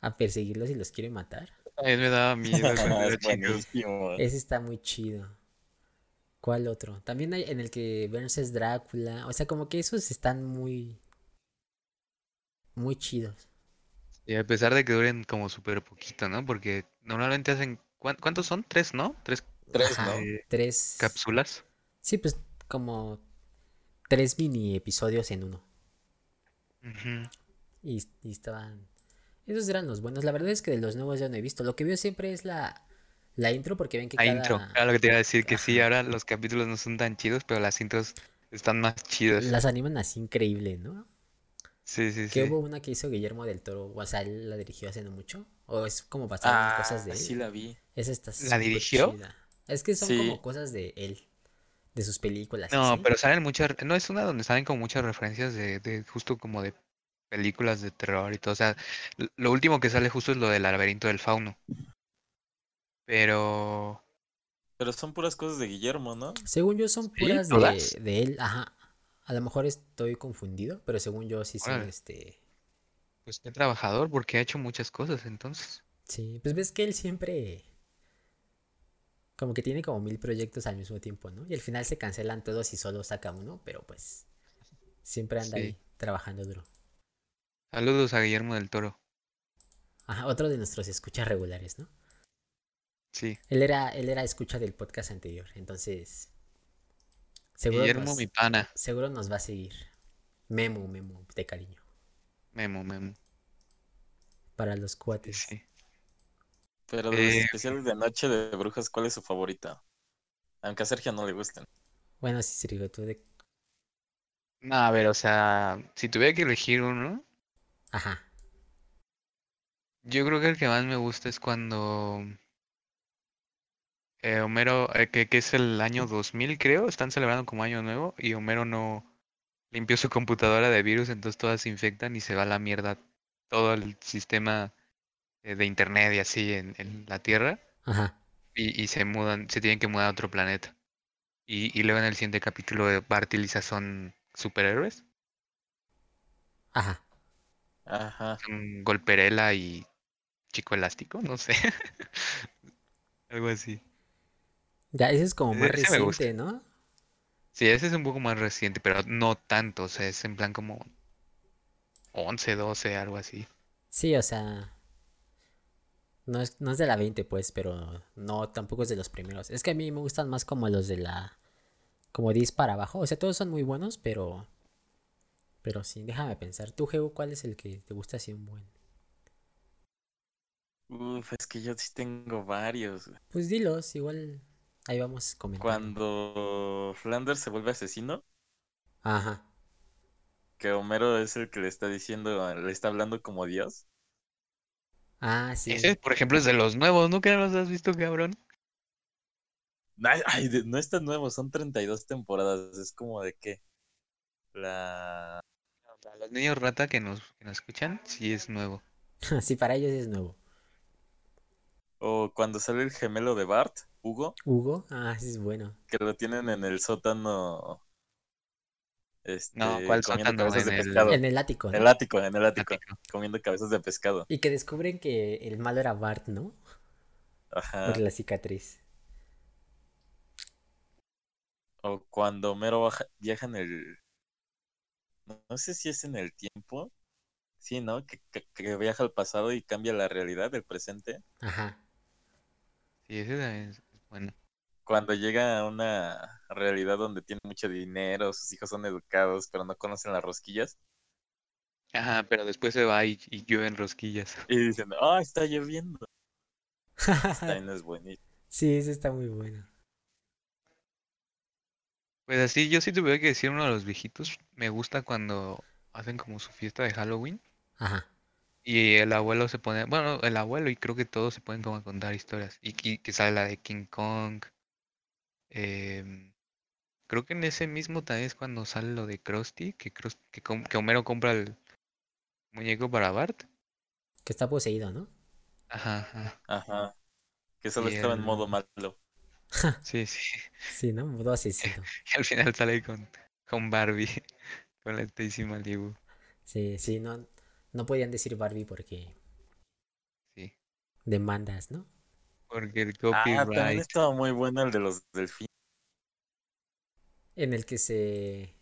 Speaker 2: a perseguirlos y los quiere matar.
Speaker 4: A mí me daba miedo cuando era
Speaker 1: Ah, Es
Speaker 4: chico.
Speaker 1: buenísimo.
Speaker 2: Ese está muy chido. ¿Cuál otro? También hay en el que Burns es Drácula. O sea, como que esos están muy. Muy chidos.
Speaker 4: Y a pesar de que duren como súper poquito, ¿no? Porque normalmente hacen. ¿cuán- ¿Cuántos son? Tres, ¿no? Tres
Speaker 1: Tres,
Speaker 2: Ajá,
Speaker 1: ¿no?
Speaker 2: tres.
Speaker 4: cápsulas.
Speaker 2: Sí, pues como. Tres mini episodios en uno.
Speaker 4: Ujú.
Speaker 2: Y, y estaban. Esos eran los buenos. La verdad es que de los nuevos ya no he visto. Lo que veo siempre es la, la intro, porque ven que
Speaker 4: La
Speaker 2: cada.
Speaker 4: intro. Era lo que te iba a decir, que sí,
Speaker 2: Ajá.
Speaker 4: ahora los capítulos no son tan chidos, pero las intros están más chidas.
Speaker 2: Las animan así increíble, ¿no?
Speaker 4: Sí,
Speaker 2: Que
Speaker 4: sí, sí.
Speaker 2: hubo una que hizo Guillermo del Toro, o sea, él la dirigió hace no mucho. O es como basada en
Speaker 1: Ah,
Speaker 2: cosas de él.
Speaker 1: sí la vi.
Speaker 2: Esa está
Speaker 4: ¿La
Speaker 2: súper
Speaker 4: dirigió?
Speaker 2: chida. Es que son
Speaker 1: Sí.
Speaker 2: como cosas de él, de sus películas. y
Speaker 4: No,
Speaker 2: así.
Speaker 4: pero salen muchas, no es una donde salen como muchas referencias de, de justo como de películas de terror y todo. O sea, l- lo último que sale justo es lo del laberinto del fauno. Pero
Speaker 1: Pero son puras cosas de Guillermo, ¿no?
Speaker 2: Según yo son puras de,
Speaker 4: ¿Todas?
Speaker 2: de él, ajá. A lo mejor estoy confundido, pero según yo sí son
Speaker 4: Órale.
Speaker 2: este.
Speaker 4: pues qué trabajador, porque ha hecho muchas cosas entonces.
Speaker 2: Sí, pues ves que él siempre como que tiene como mil proyectos al mismo tiempo, ¿no? Y al final se cancelan todos y solo saca uno, pero pues siempre anda
Speaker 4: Sí.
Speaker 2: ahí trabajando duro.
Speaker 4: Saludos a Guillermo del Toro.
Speaker 2: Ajá, otro de nuestros escuchas regulares, ¿no?
Speaker 4: Sí,
Speaker 2: Él era, él era escucha del podcast anterior, entonces seguro, pues
Speaker 4: Guillermo,
Speaker 2: nos,
Speaker 4: mi pana.
Speaker 2: seguro nos va a seguir. Memo, memo, de cariño,
Speaker 4: Memo, Memo.
Speaker 2: para los
Speaker 4: Sí,
Speaker 2: cuates.
Speaker 4: sí.
Speaker 1: Pero de los
Speaker 4: Eh,
Speaker 1: especiales de Noche de Brujas, ¿cuál es su favorita? Aunque a Sergio no le gustan.
Speaker 2: Bueno, sí, Sergio, tú de...
Speaker 4: No, a ver, o sea, si tuviera que elegir uno,
Speaker 2: Ajá,
Speaker 4: yo creo que el que más me gusta es cuando eh, Homero, eh, que, que es el año 2000, creo, están celebrando como año nuevo y Homero no limpió su computadora de virus, entonces todas se infectan y se va a la mierda todo el sistema eh, de internet y así en, en la Tierra
Speaker 2: ajá.
Speaker 4: y, y se mudan, se tienen que mudar a otro planeta. Y, y luego en el siguiente capítulo de Bart y Lisa son superhéroes,
Speaker 2: Ajá.
Speaker 1: Ajá.
Speaker 4: son Golperela y Chico Elástico, no sé. Algo así.
Speaker 2: Ya, ese es como más
Speaker 4: Ese me gusta.
Speaker 2: reciente, ¿no?
Speaker 4: Sí, ese es un poco más reciente, pero no tanto, o sea, es en plan como 11, 12, algo así.
Speaker 2: Sí, o sea, no es, no es de la 20, pues, pero no, tampoco es de los primeros. Es que a mí me gustan más como los de la, como 10 para abajo. O sea, todos son muy buenos, pero Pero sí, déjame pensar. ¿Tú, Geo, cuál es el que te gusta así un buen?
Speaker 1: Uf, es que yo sí tengo varios. güey.
Speaker 2: Pues dilos, igual ahí vamos comentando.
Speaker 1: Cuando Flanders se vuelve asesino,
Speaker 2: Ajá.
Speaker 1: que Homero es el que le está diciendo, le está hablando como Dios.
Speaker 2: Ah, sí.
Speaker 4: Ese, por ejemplo, es de los nuevos, ¿nunca los has visto, cabrón?
Speaker 1: Ay, ay, de- no es tan nuevo, son 32 temporadas. Es como de qué. La.
Speaker 4: Para los niños rata que nos, que nos escuchan, sí es nuevo.
Speaker 2: sí, para ellos es nuevo.
Speaker 1: O cuando sale el gemelo de Bart, Hugo,
Speaker 2: Hugo, ah, ese es bueno.
Speaker 1: que lo tienen en el sótano. Este,
Speaker 4: No, ¿cuál
Speaker 1: comiendo
Speaker 4: sótano?
Speaker 1: cabezas de
Speaker 4: En el-
Speaker 1: pescado.
Speaker 2: En el ático,
Speaker 1: En
Speaker 2: ¿no?
Speaker 1: el ático, en el ático,
Speaker 4: Ático.
Speaker 1: comiendo cabezas de pescado.
Speaker 2: Y que descubren que el malo era Bart, ¿no?
Speaker 1: Ajá. Ah.
Speaker 2: Por la cicatriz.
Speaker 1: O cuando Homero baja- viaja en el. No no sé si es en el tiempo. Sí, ¿no? Que, que- que viaja al pasado y cambia la realidad del presente.
Speaker 2: Ajá.
Speaker 4: Sí, ese también es bueno.
Speaker 1: Cuando llega a una realidad donde tiene mucho dinero, sus hijos son educados, pero no conocen las rosquillas.
Speaker 4: Ajá, pero después se va y, y llueve en rosquillas.
Speaker 1: Y dicen, ¡ah, está lloviendo! También es buenísimo.
Speaker 2: sí, ese está muy bueno.
Speaker 4: Pues así, yo sí tuviera que decir uno de los viejitos. Me gusta cuando hacen como su fiesta de Halloween
Speaker 2: Ajá.
Speaker 4: y el abuelo se pone, bueno, el abuelo y creo que todos se pueden como a contar historias. Y que, que sale la de King Kong. em, creo que en ese mismo también es cuando sale lo de Krusty, que, Krus- que, com- que Homero compra el muñeco para Bart.
Speaker 2: Que está poseído, ¿no?
Speaker 4: Ajá, ajá.
Speaker 1: Ajá. Que solo
Speaker 4: Y
Speaker 1: estaba en
Speaker 4: el-
Speaker 1: modo malo.
Speaker 4: Sí, sí.
Speaker 2: Sí, ¿no? Modo asesino.
Speaker 4: Y al final sale con, con Barbie, con la Stacy Malibu.
Speaker 2: Sí, sí, no, no podían decir Barbie porque
Speaker 4: Sí.
Speaker 2: demandas, ¿no?
Speaker 4: Porque el
Speaker 1: Ah, también
Speaker 4: copyright.
Speaker 1: estaba muy bueno el de los delfines.
Speaker 2: En el que se...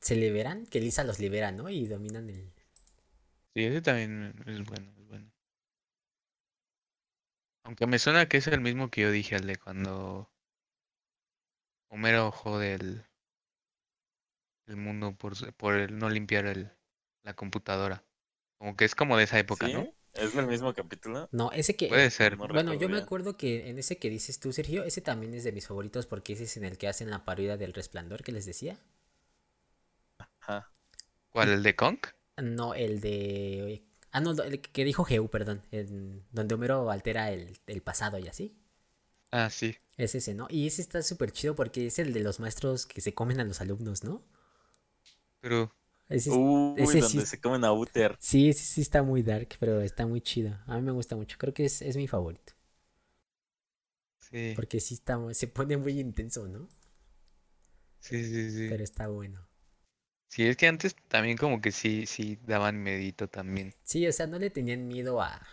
Speaker 2: Se liberan, que Lisa los libera, ¿no? Y dominan el...
Speaker 4: Sí, ese también es bueno, es bueno. Aunque me suena que es el mismo que yo dije, el de cuando Homero jode el, el mundo por, se- por el no limpiar el, la computadora. Como que es como de esa época,
Speaker 1: ¿Sí?
Speaker 4: ¿no?
Speaker 1: ¿Es del mismo capítulo?
Speaker 2: No, ese que...
Speaker 4: Puede ser.
Speaker 1: No
Speaker 2: Bueno, yo
Speaker 1: recuerdo
Speaker 2: me
Speaker 1: bien.
Speaker 2: acuerdo que en ese que dices tú, Sergio, ese también es de mis favoritos porque ese es en el que hacen la parodia del resplandor que les decía.
Speaker 1: Ajá.
Speaker 4: ¿Cuál? ¿El de Kong?
Speaker 2: No, el de... Ah, no, el que dijo Geu, perdón. en- Donde Homero altera el, el pasado y así.
Speaker 4: Ah, sí.
Speaker 2: Es ese, ¿no? Y ese está súper chido porque es el de los maestros que se comen a los alumnos, ¿no?
Speaker 4: Pero
Speaker 2: Ese
Speaker 4: Uh.
Speaker 2: es-
Speaker 1: Uy,
Speaker 2: ese sí
Speaker 1: donde
Speaker 2: es-
Speaker 1: se comen a Uther.
Speaker 2: Sí, sí, sí está muy dark, pero está muy chido. A mí me gusta mucho. Creo que es, es mi favorito.
Speaker 4: sí,
Speaker 2: Porque sí está, mu- se pone muy intenso, ¿no?
Speaker 4: sí, sí, sí.
Speaker 2: Pero está bueno.
Speaker 4: Sí, es que antes también como que sí, sí daban medito también.
Speaker 2: Sí, o sea, no le tenían miedo a...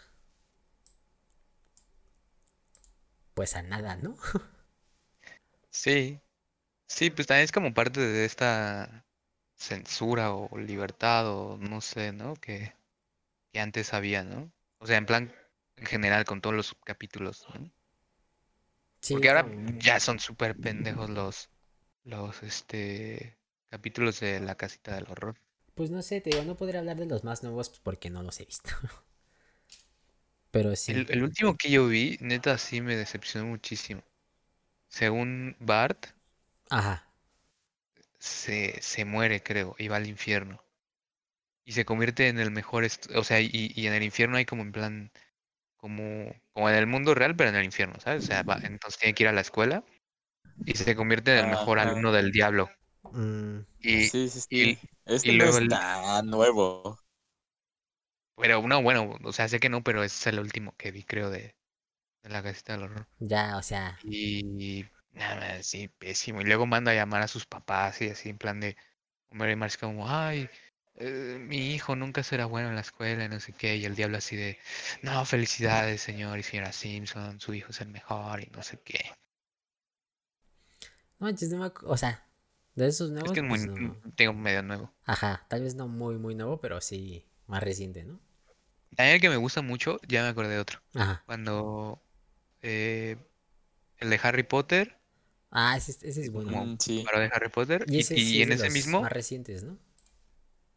Speaker 2: Pues a nada, ¿no?
Speaker 4: Sí. Sí, pues también es como parte de esta censura o libertad o no sé, ¿no? Que, que antes había, ¿no? O sea, en plan, en general, con todos los subcapítulos, ¿no?
Speaker 2: Sí,
Speaker 4: Porque ahora
Speaker 2: está muy bueno.
Speaker 4: ya son súper pendejos los, los, este, capítulos de La Casita del Horror.
Speaker 2: Pues no sé, te digo, no podré hablar de los más nuevos pues, porque no los he visto. Pero sí.
Speaker 4: El, el último que yo vi, neta, sí me decepcionó muchísimo. Según Bart,
Speaker 2: Ajá.
Speaker 4: se, se muere, creo, y va al infierno. Y se convierte en el mejor, est- o sea, y, y en el infierno hay como en plan, como, como en el mundo real, pero en el infierno, ¿sabes? O sea, va- entonces tiene que ir a la escuela y se convierte en el mejor
Speaker 1: Ajá.
Speaker 4: alumno del diablo.
Speaker 2: Mm,
Speaker 4: Y,
Speaker 1: sí, sí, sí.
Speaker 4: y-
Speaker 1: este
Speaker 4: y
Speaker 1: no
Speaker 4: luego
Speaker 1: es
Speaker 4: el-
Speaker 1: tan nuevo.
Speaker 4: pero no, bueno, o sea, sé que no, pero es el último que vi, creo, de, de la casita del horror.
Speaker 2: ya, o sea,
Speaker 4: Y nada, sí, pésimo. Y luego manda a llamar a sus papás y así en plan de Homero y Marge como, ay, eh, mi hijo nunca será bueno en la escuela y no sé qué. Y el diablo así de, no, felicidades, señor y señora Simpson, su hijo es el mejor y no sé qué.
Speaker 2: no manches, no me acu- O sea, de esos
Speaker 4: Es
Speaker 2: nuevos,
Speaker 4: que es muy, mm,
Speaker 2: pues, no.
Speaker 4: tengo medio nuevo.
Speaker 2: Ajá, tal vez no muy, muy nuevo, pero sí más reciente, ¿no?
Speaker 4: También el que me gusta mucho, ya me acordé de otro.
Speaker 2: Ajá.
Speaker 4: Cuando eh, el de Harry Potter,
Speaker 2: Ah, ese, es- ese es bueno.
Speaker 4: Como-
Speaker 1: Mm, sí.
Speaker 4: Para de Harry Potter.
Speaker 2: Y
Speaker 4: Y,
Speaker 2: ese
Speaker 4: y
Speaker 2: sí es
Speaker 4: en
Speaker 2: de
Speaker 4: ese
Speaker 2: los
Speaker 4: mismo,
Speaker 2: Más recientes, ¿no?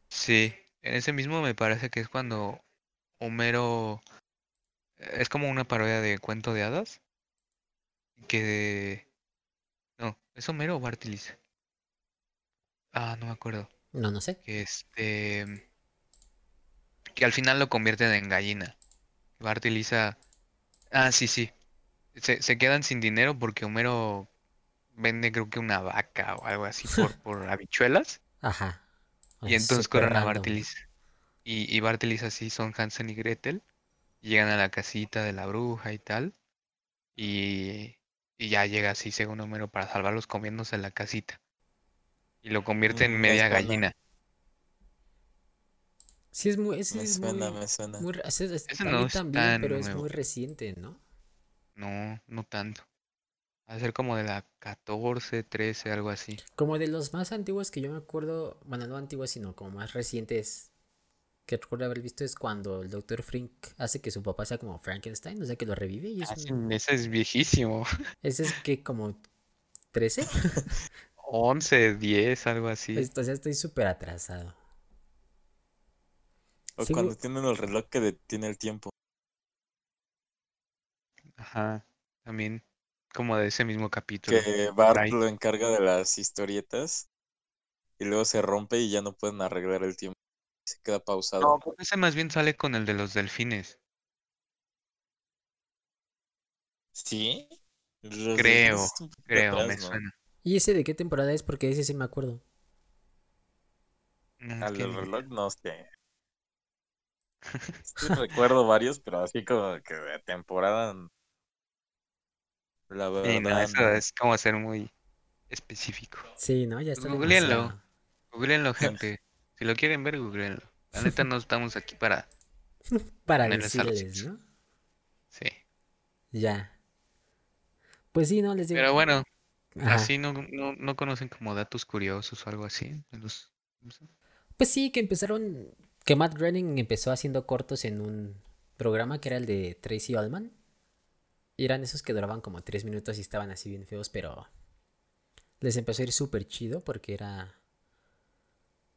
Speaker 4: sí, en ese mismo me parece que es cuando Homero eh, es como una parodia de cuento de hadas. Que no, ¿es Homero o Bartilis? Ah, no me acuerdo.
Speaker 2: No, no sé.
Speaker 4: Que este que al final lo convierten en gallina. Bart y Lisa. Ah, sí, sí. Se, se quedan sin dinero porque Homero vende creo que una vaca o algo así por, por habichuelas.
Speaker 2: Ajá.
Speaker 4: Y
Speaker 2: Es
Speaker 4: entonces
Speaker 2: súper
Speaker 4: corren a
Speaker 2: random.
Speaker 4: Bart y Lisa. Y, y Bart y Lisa sí son Hansen y Gretel. Llegan a la casita de la bruja y tal. Y, y ya llega así, según Homero, para salvarlos comiéndose la casita. Y lo convierte en
Speaker 1: Mm, me
Speaker 4: media
Speaker 1: suena.
Speaker 4: gallina.
Speaker 2: Sí, es muy. ese
Speaker 1: Me
Speaker 2: es
Speaker 1: suena,
Speaker 2: muy,
Speaker 1: me suena.
Speaker 2: muy re- ese es-
Speaker 4: Ese
Speaker 2: a mí
Speaker 4: no es
Speaker 2: también,
Speaker 4: tan
Speaker 2: pero es
Speaker 4: nuevo.
Speaker 2: muy reciente, ¿no?
Speaker 4: No, no tanto. Ha de ser como de la 14, 13, algo así.
Speaker 2: Como de los más antiguos que yo me acuerdo, bueno, no antiguos, sino como más recientes que recuerdo haber visto es cuando el doctor Frink hace que su papá sea como Frankenstein, o sea, que lo revive y es
Speaker 4: Ah,
Speaker 2: un-
Speaker 4: sí, ese es viejísimo.
Speaker 2: Ese es que como 13,
Speaker 4: 11, 10, algo así.
Speaker 2: Pues, o sea, estoy súper atrasado.
Speaker 1: O
Speaker 2: Sí,
Speaker 1: cuando
Speaker 2: güey.
Speaker 1: tienen el reloj que detiene el tiempo.
Speaker 4: Ajá. También como de ese mismo capítulo.
Speaker 1: Que
Speaker 4: por
Speaker 1: Bart
Speaker 4: ahí.
Speaker 1: lo encarga de las historietas y luego se rompe y ya no pueden arreglar el tiempo. Se queda pausado.
Speaker 4: No, pues ese más bien sale con el de los delfines.
Speaker 1: ¿Sí? Los delfines
Speaker 4: Creo,
Speaker 1: es un poquito
Speaker 4: Creo, me
Speaker 1: atrás, ¿no?
Speaker 4: suena.
Speaker 2: ¿Y ese de qué temporada es? Porque ese sí me acuerdo.
Speaker 4: No, es
Speaker 1: Al
Speaker 4: que
Speaker 1: del
Speaker 4: ni-
Speaker 1: reloj no sé. Sí recuerdo varios, pero así como que de temporada. La verdad.
Speaker 4: Sí, no, eso
Speaker 1: no.
Speaker 4: es como ser muy específico.
Speaker 2: Sí, ¿no? Ya está
Speaker 4: Googleenlo.
Speaker 2: demasiado.
Speaker 4: Googleenlo, gente. Si lo quieren ver, googleenlo. La neta no estamos aquí para...
Speaker 2: Para
Speaker 4: Ponerles a los
Speaker 2: decirles, ¿no?
Speaker 4: Sí.
Speaker 2: Ya. Pues sí, no les digo.
Speaker 4: Pero bueno,
Speaker 2: Ajá.
Speaker 4: así no, no, no conocen como datos curiosos o algo así. de los-
Speaker 2: Pues sí, que empezaron. Que Matt Groening empezó haciendo cortos en un programa que era el de Tracy Ullman. Y eran esos que duraban como tres minutos y estaban así bien feos, pero. Les empezó a ir súper chido porque era.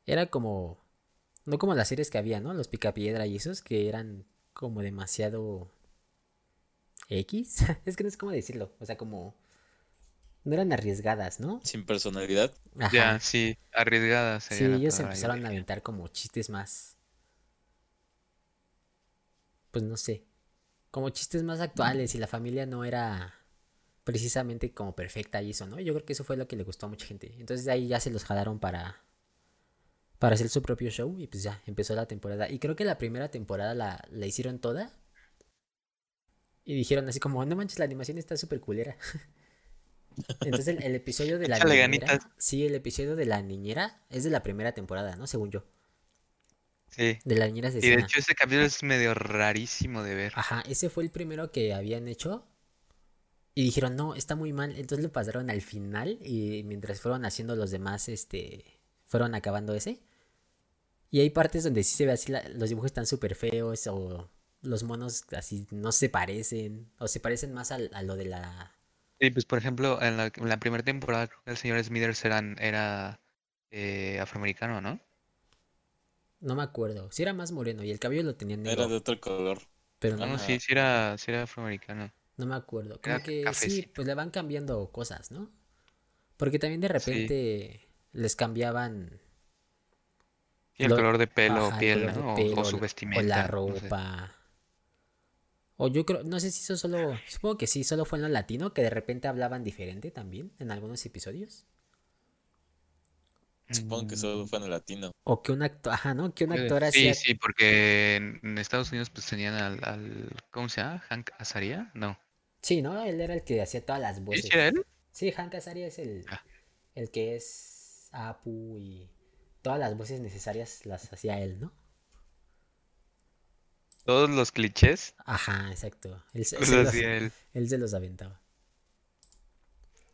Speaker 2: Era como. No como las series que había, ¿no? Los Picapiedra y esos que eran como demasiado. X. es que no sé cómo decirlo. O sea, como. No eran arriesgadas, ¿no?
Speaker 1: Sin personalidad.
Speaker 2: Ajá.
Speaker 4: Ya, sí, arriesgadas.
Speaker 2: Sí,
Speaker 4: sería la
Speaker 2: ellos
Speaker 4: palabra, yo
Speaker 2: empezaron a
Speaker 4: diría.
Speaker 2: aventar como chistes más. Pues no sé. Como chistes más actuales y la familia no era precisamente como perfecta y eso, ¿no? Yo creo que eso fue lo que le gustó a mucha gente. Entonces de ahí ya se los jalaron para para hacer su propio show y pues ya empezó la temporada. Y creo que la primera temporada la, la hicieron toda. Y dijeron así como, no manches, la animación está súper culera. Entonces el, el episodio de la
Speaker 4: Échale
Speaker 2: niñera.
Speaker 4: ganitas.
Speaker 2: Sí, el episodio de la niñera es de la primera temporada, ¿no? Según yo.
Speaker 4: Sí.
Speaker 2: De la niñera
Speaker 4: Y de
Speaker 2: asesina.
Speaker 4: hecho ese capítulo es medio rarísimo de ver.
Speaker 2: Ajá, ese fue el primero que habían hecho. Y dijeron, no, está muy mal. Entonces lo pasaron al final. Y mientras fueron haciendo los demás, este. Fueron acabando ese. Y hay partes donde sí se ve así, la- los dibujos están súper feos. O los monos así no se parecen. O se parecen más al- a, lo de la.
Speaker 4: Sí, pues por ejemplo, en la, en la primera temporada creo que el señor Smithers eran, era eh, afroamericano, ¿no?
Speaker 2: No me acuerdo. Si era más moreno. Y el cabello lo tenía negro.
Speaker 1: Era de otro color.
Speaker 2: Pero no,
Speaker 4: Ah, no,
Speaker 1: Ajá.
Speaker 4: sí, sí era, sí era afroamericano.
Speaker 2: No me acuerdo. Como
Speaker 4: Era
Speaker 2: que sí,
Speaker 4: cafecito.
Speaker 2: pues le van cambiando cosas, ¿no? Porque también de repente les cambiaban
Speaker 4: Y el
Speaker 2: Lo-
Speaker 4: color de pelo,
Speaker 2: ajá, el
Speaker 4: piel,
Speaker 2: color de
Speaker 4: ¿no? O-
Speaker 2: pelo,
Speaker 4: o,
Speaker 2: la-
Speaker 4: su
Speaker 2: o la
Speaker 4: vestimenta. no sé.
Speaker 2: ropa. O yo creo, no sé si eso solo, supongo que sí, solo fue en lo latino, que de repente hablaban diferente también en algunos episodios.
Speaker 1: Supongo que eh, solo
Speaker 4: Mm,
Speaker 1: fue en el latino.
Speaker 2: O que un actor, ajá, ¿no? Que un
Speaker 4: puede-
Speaker 2: actor
Speaker 4: Eh, Sí,
Speaker 2: hacía,
Speaker 4: sí, porque en en Estados Unidos pues tenían al, al- ¿cómo se llama? ¿Hank Azaria? No.
Speaker 2: sí, ¿no? Él era el que hacía todas las
Speaker 4: ¿Sí,
Speaker 2: voces.
Speaker 4: sí era él?
Speaker 2: Sí, Hank Azaria es el,
Speaker 4: Ah.
Speaker 2: el que es Apu y todas las voces necesarias las hacía él, ¿no?
Speaker 4: Todos los clichés
Speaker 2: Ajá, exacto. Él, se-
Speaker 4: los
Speaker 2: se los-
Speaker 4: hacía él.
Speaker 2: Él se los aventaba.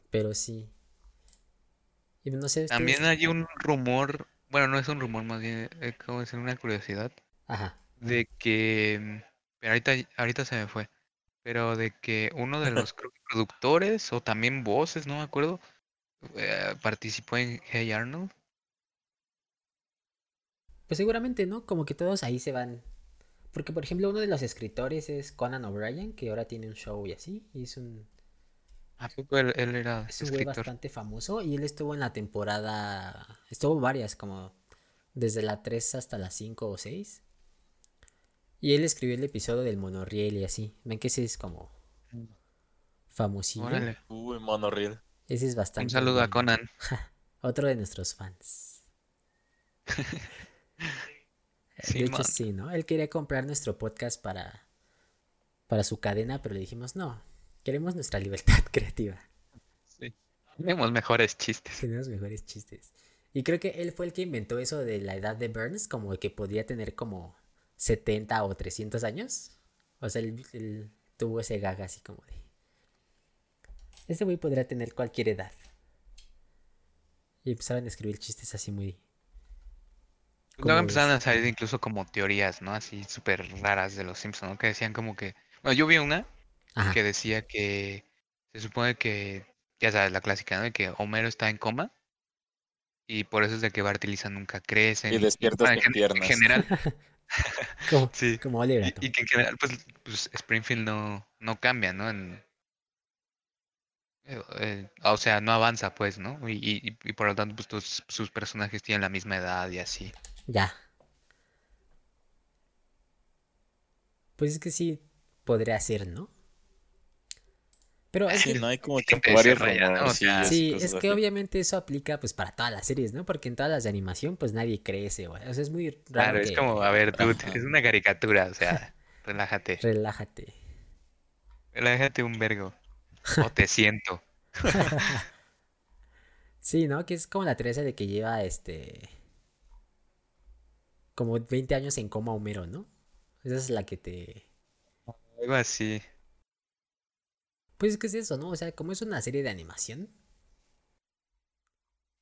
Speaker 2: Pero sí. Y no sé. ustedes-
Speaker 4: También hay un rumor, bueno, no es un rumor, más bien es como decir una curiosidad,
Speaker 2: Ajá.
Speaker 4: de que, pero mm, ahorita, ahorita se me fue, pero de que uno de los creo que productores o también voces, no me acuerdo, eh, participó en Hey Arnold.
Speaker 2: Pues seguramente, ¿no? Como que todos ahí se van. Porque, por ejemplo, uno de los escritores es Conan O'Brien, que ahora tiene un show y así. Y es un,
Speaker 4: ¿A poco él, él era
Speaker 2: es un Ah, güey
Speaker 4: escritor?
Speaker 2: bastante famoso. Y él estuvo en la temporada. Estuvo varias, como desde la 3 hasta la 5 o 6. Y él escribió el episodio del monorriel y así. Ven que ese es como. Famosillo.
Speaker 4: Órale.
Speaker 1: Uy, monorriel.
Speaker 2: Ese es
Speaker 4: Un
Speaker 2: bastante.
Speaker 4: saludo a
Speaker 2: bueno.
Speaker 4: Conan.
Speaker 2: Otro de nuestros fans. Eh, de hecho,
Speaker 4: Simón.
Speaker 2: sí, ¿no? Él quería comprar nuestro podcast para, para su cadena, pero le dijimos, no, queremos nuestra libertad creativa.
Speaker 4: Tenemos mejores chistes.
Speaker 2: Tenemos mejores chistes. Y creo que él fue el que inventó eso de la edad de Burns, como que podía tener como 70 o 300 años. O sea, él, él tuvo ese gaga así como de... Este güey podría tener cualquier edad. Y empezaron a escribir chistes así muy... ¿Cómo
Speaker 4: Luego empezaron
Speaker 2: ves?
Speaker 4: a salir incluso como teorías, ¿no? Así súper raras de los Simpsons, ¿no? Que decían como que... Bueno, yo vi una
Speaker 2: Ajá.
Speaker 4: que decía que se supone que, ya sabes, la clásica, ¿no? De que Homero está en coma y por eso es de que Bartilisa nunca crece.
Speaker 1: Y despiertas
Speaker 4: bueno, en
Speaker 1: con
Speaker 4: gen- en
Speaker 1: piernas.
Speaker 4: general,
Speaker 2: Como,
Speaker 4: sí.
Speaker 2: como Oliver
Speaker 4: Y,
Speaker 2: Atom.
Speaker 4: y que en general, pues, pues, Springfield no, no cambia, ¿no? En- eh, eh, o sea, no avanza, pues, ¿no? Y, y- y por lo tanto, pues tus- sus personajes tienen la misma edad y así.
Speaker 2: Ya. Pues es que sí podría ser, ¿no? Pero es
Speaker 1: Sí,
Speaker 2: Pues que,
Speaker 1: no hay como
Speaker 4: que
Speaker 1: que
Speaker 4: te
Speaker 1: varios
Speaker 4: desarrolla, ¿no? O sea,
Speaker 1: rumorcillos,
Speaker 2: sí,
Speaker 1: cosas
Speaker 2: es que
Speaker 1: así.
Speaker 2: obviamente eso aplica pues para todas las series, ¿no? Porque en todas las de animación pues nadie crece, güey. O sea, es muy raro
Speaker 4: Claro, es
Speaker 2: que-
Speaker 4: como, a ver, dude,
Speaker 1: Ajá.
Speaker 4: es una caricatura, o sea, relájate.
Speaker 2: Relájate.
Speaker 4: Relájate un vergo. O te siento.
Speaker 2: Sí, ¿no? Que es como la Teresa de que lleva este... Como 20 años en coma Homero, ¿no? Esa es la que te...
Speaker 4: Algo así.
Speaker 2: Pues es que es eso, ¿no? O sea, como es una serie de animación,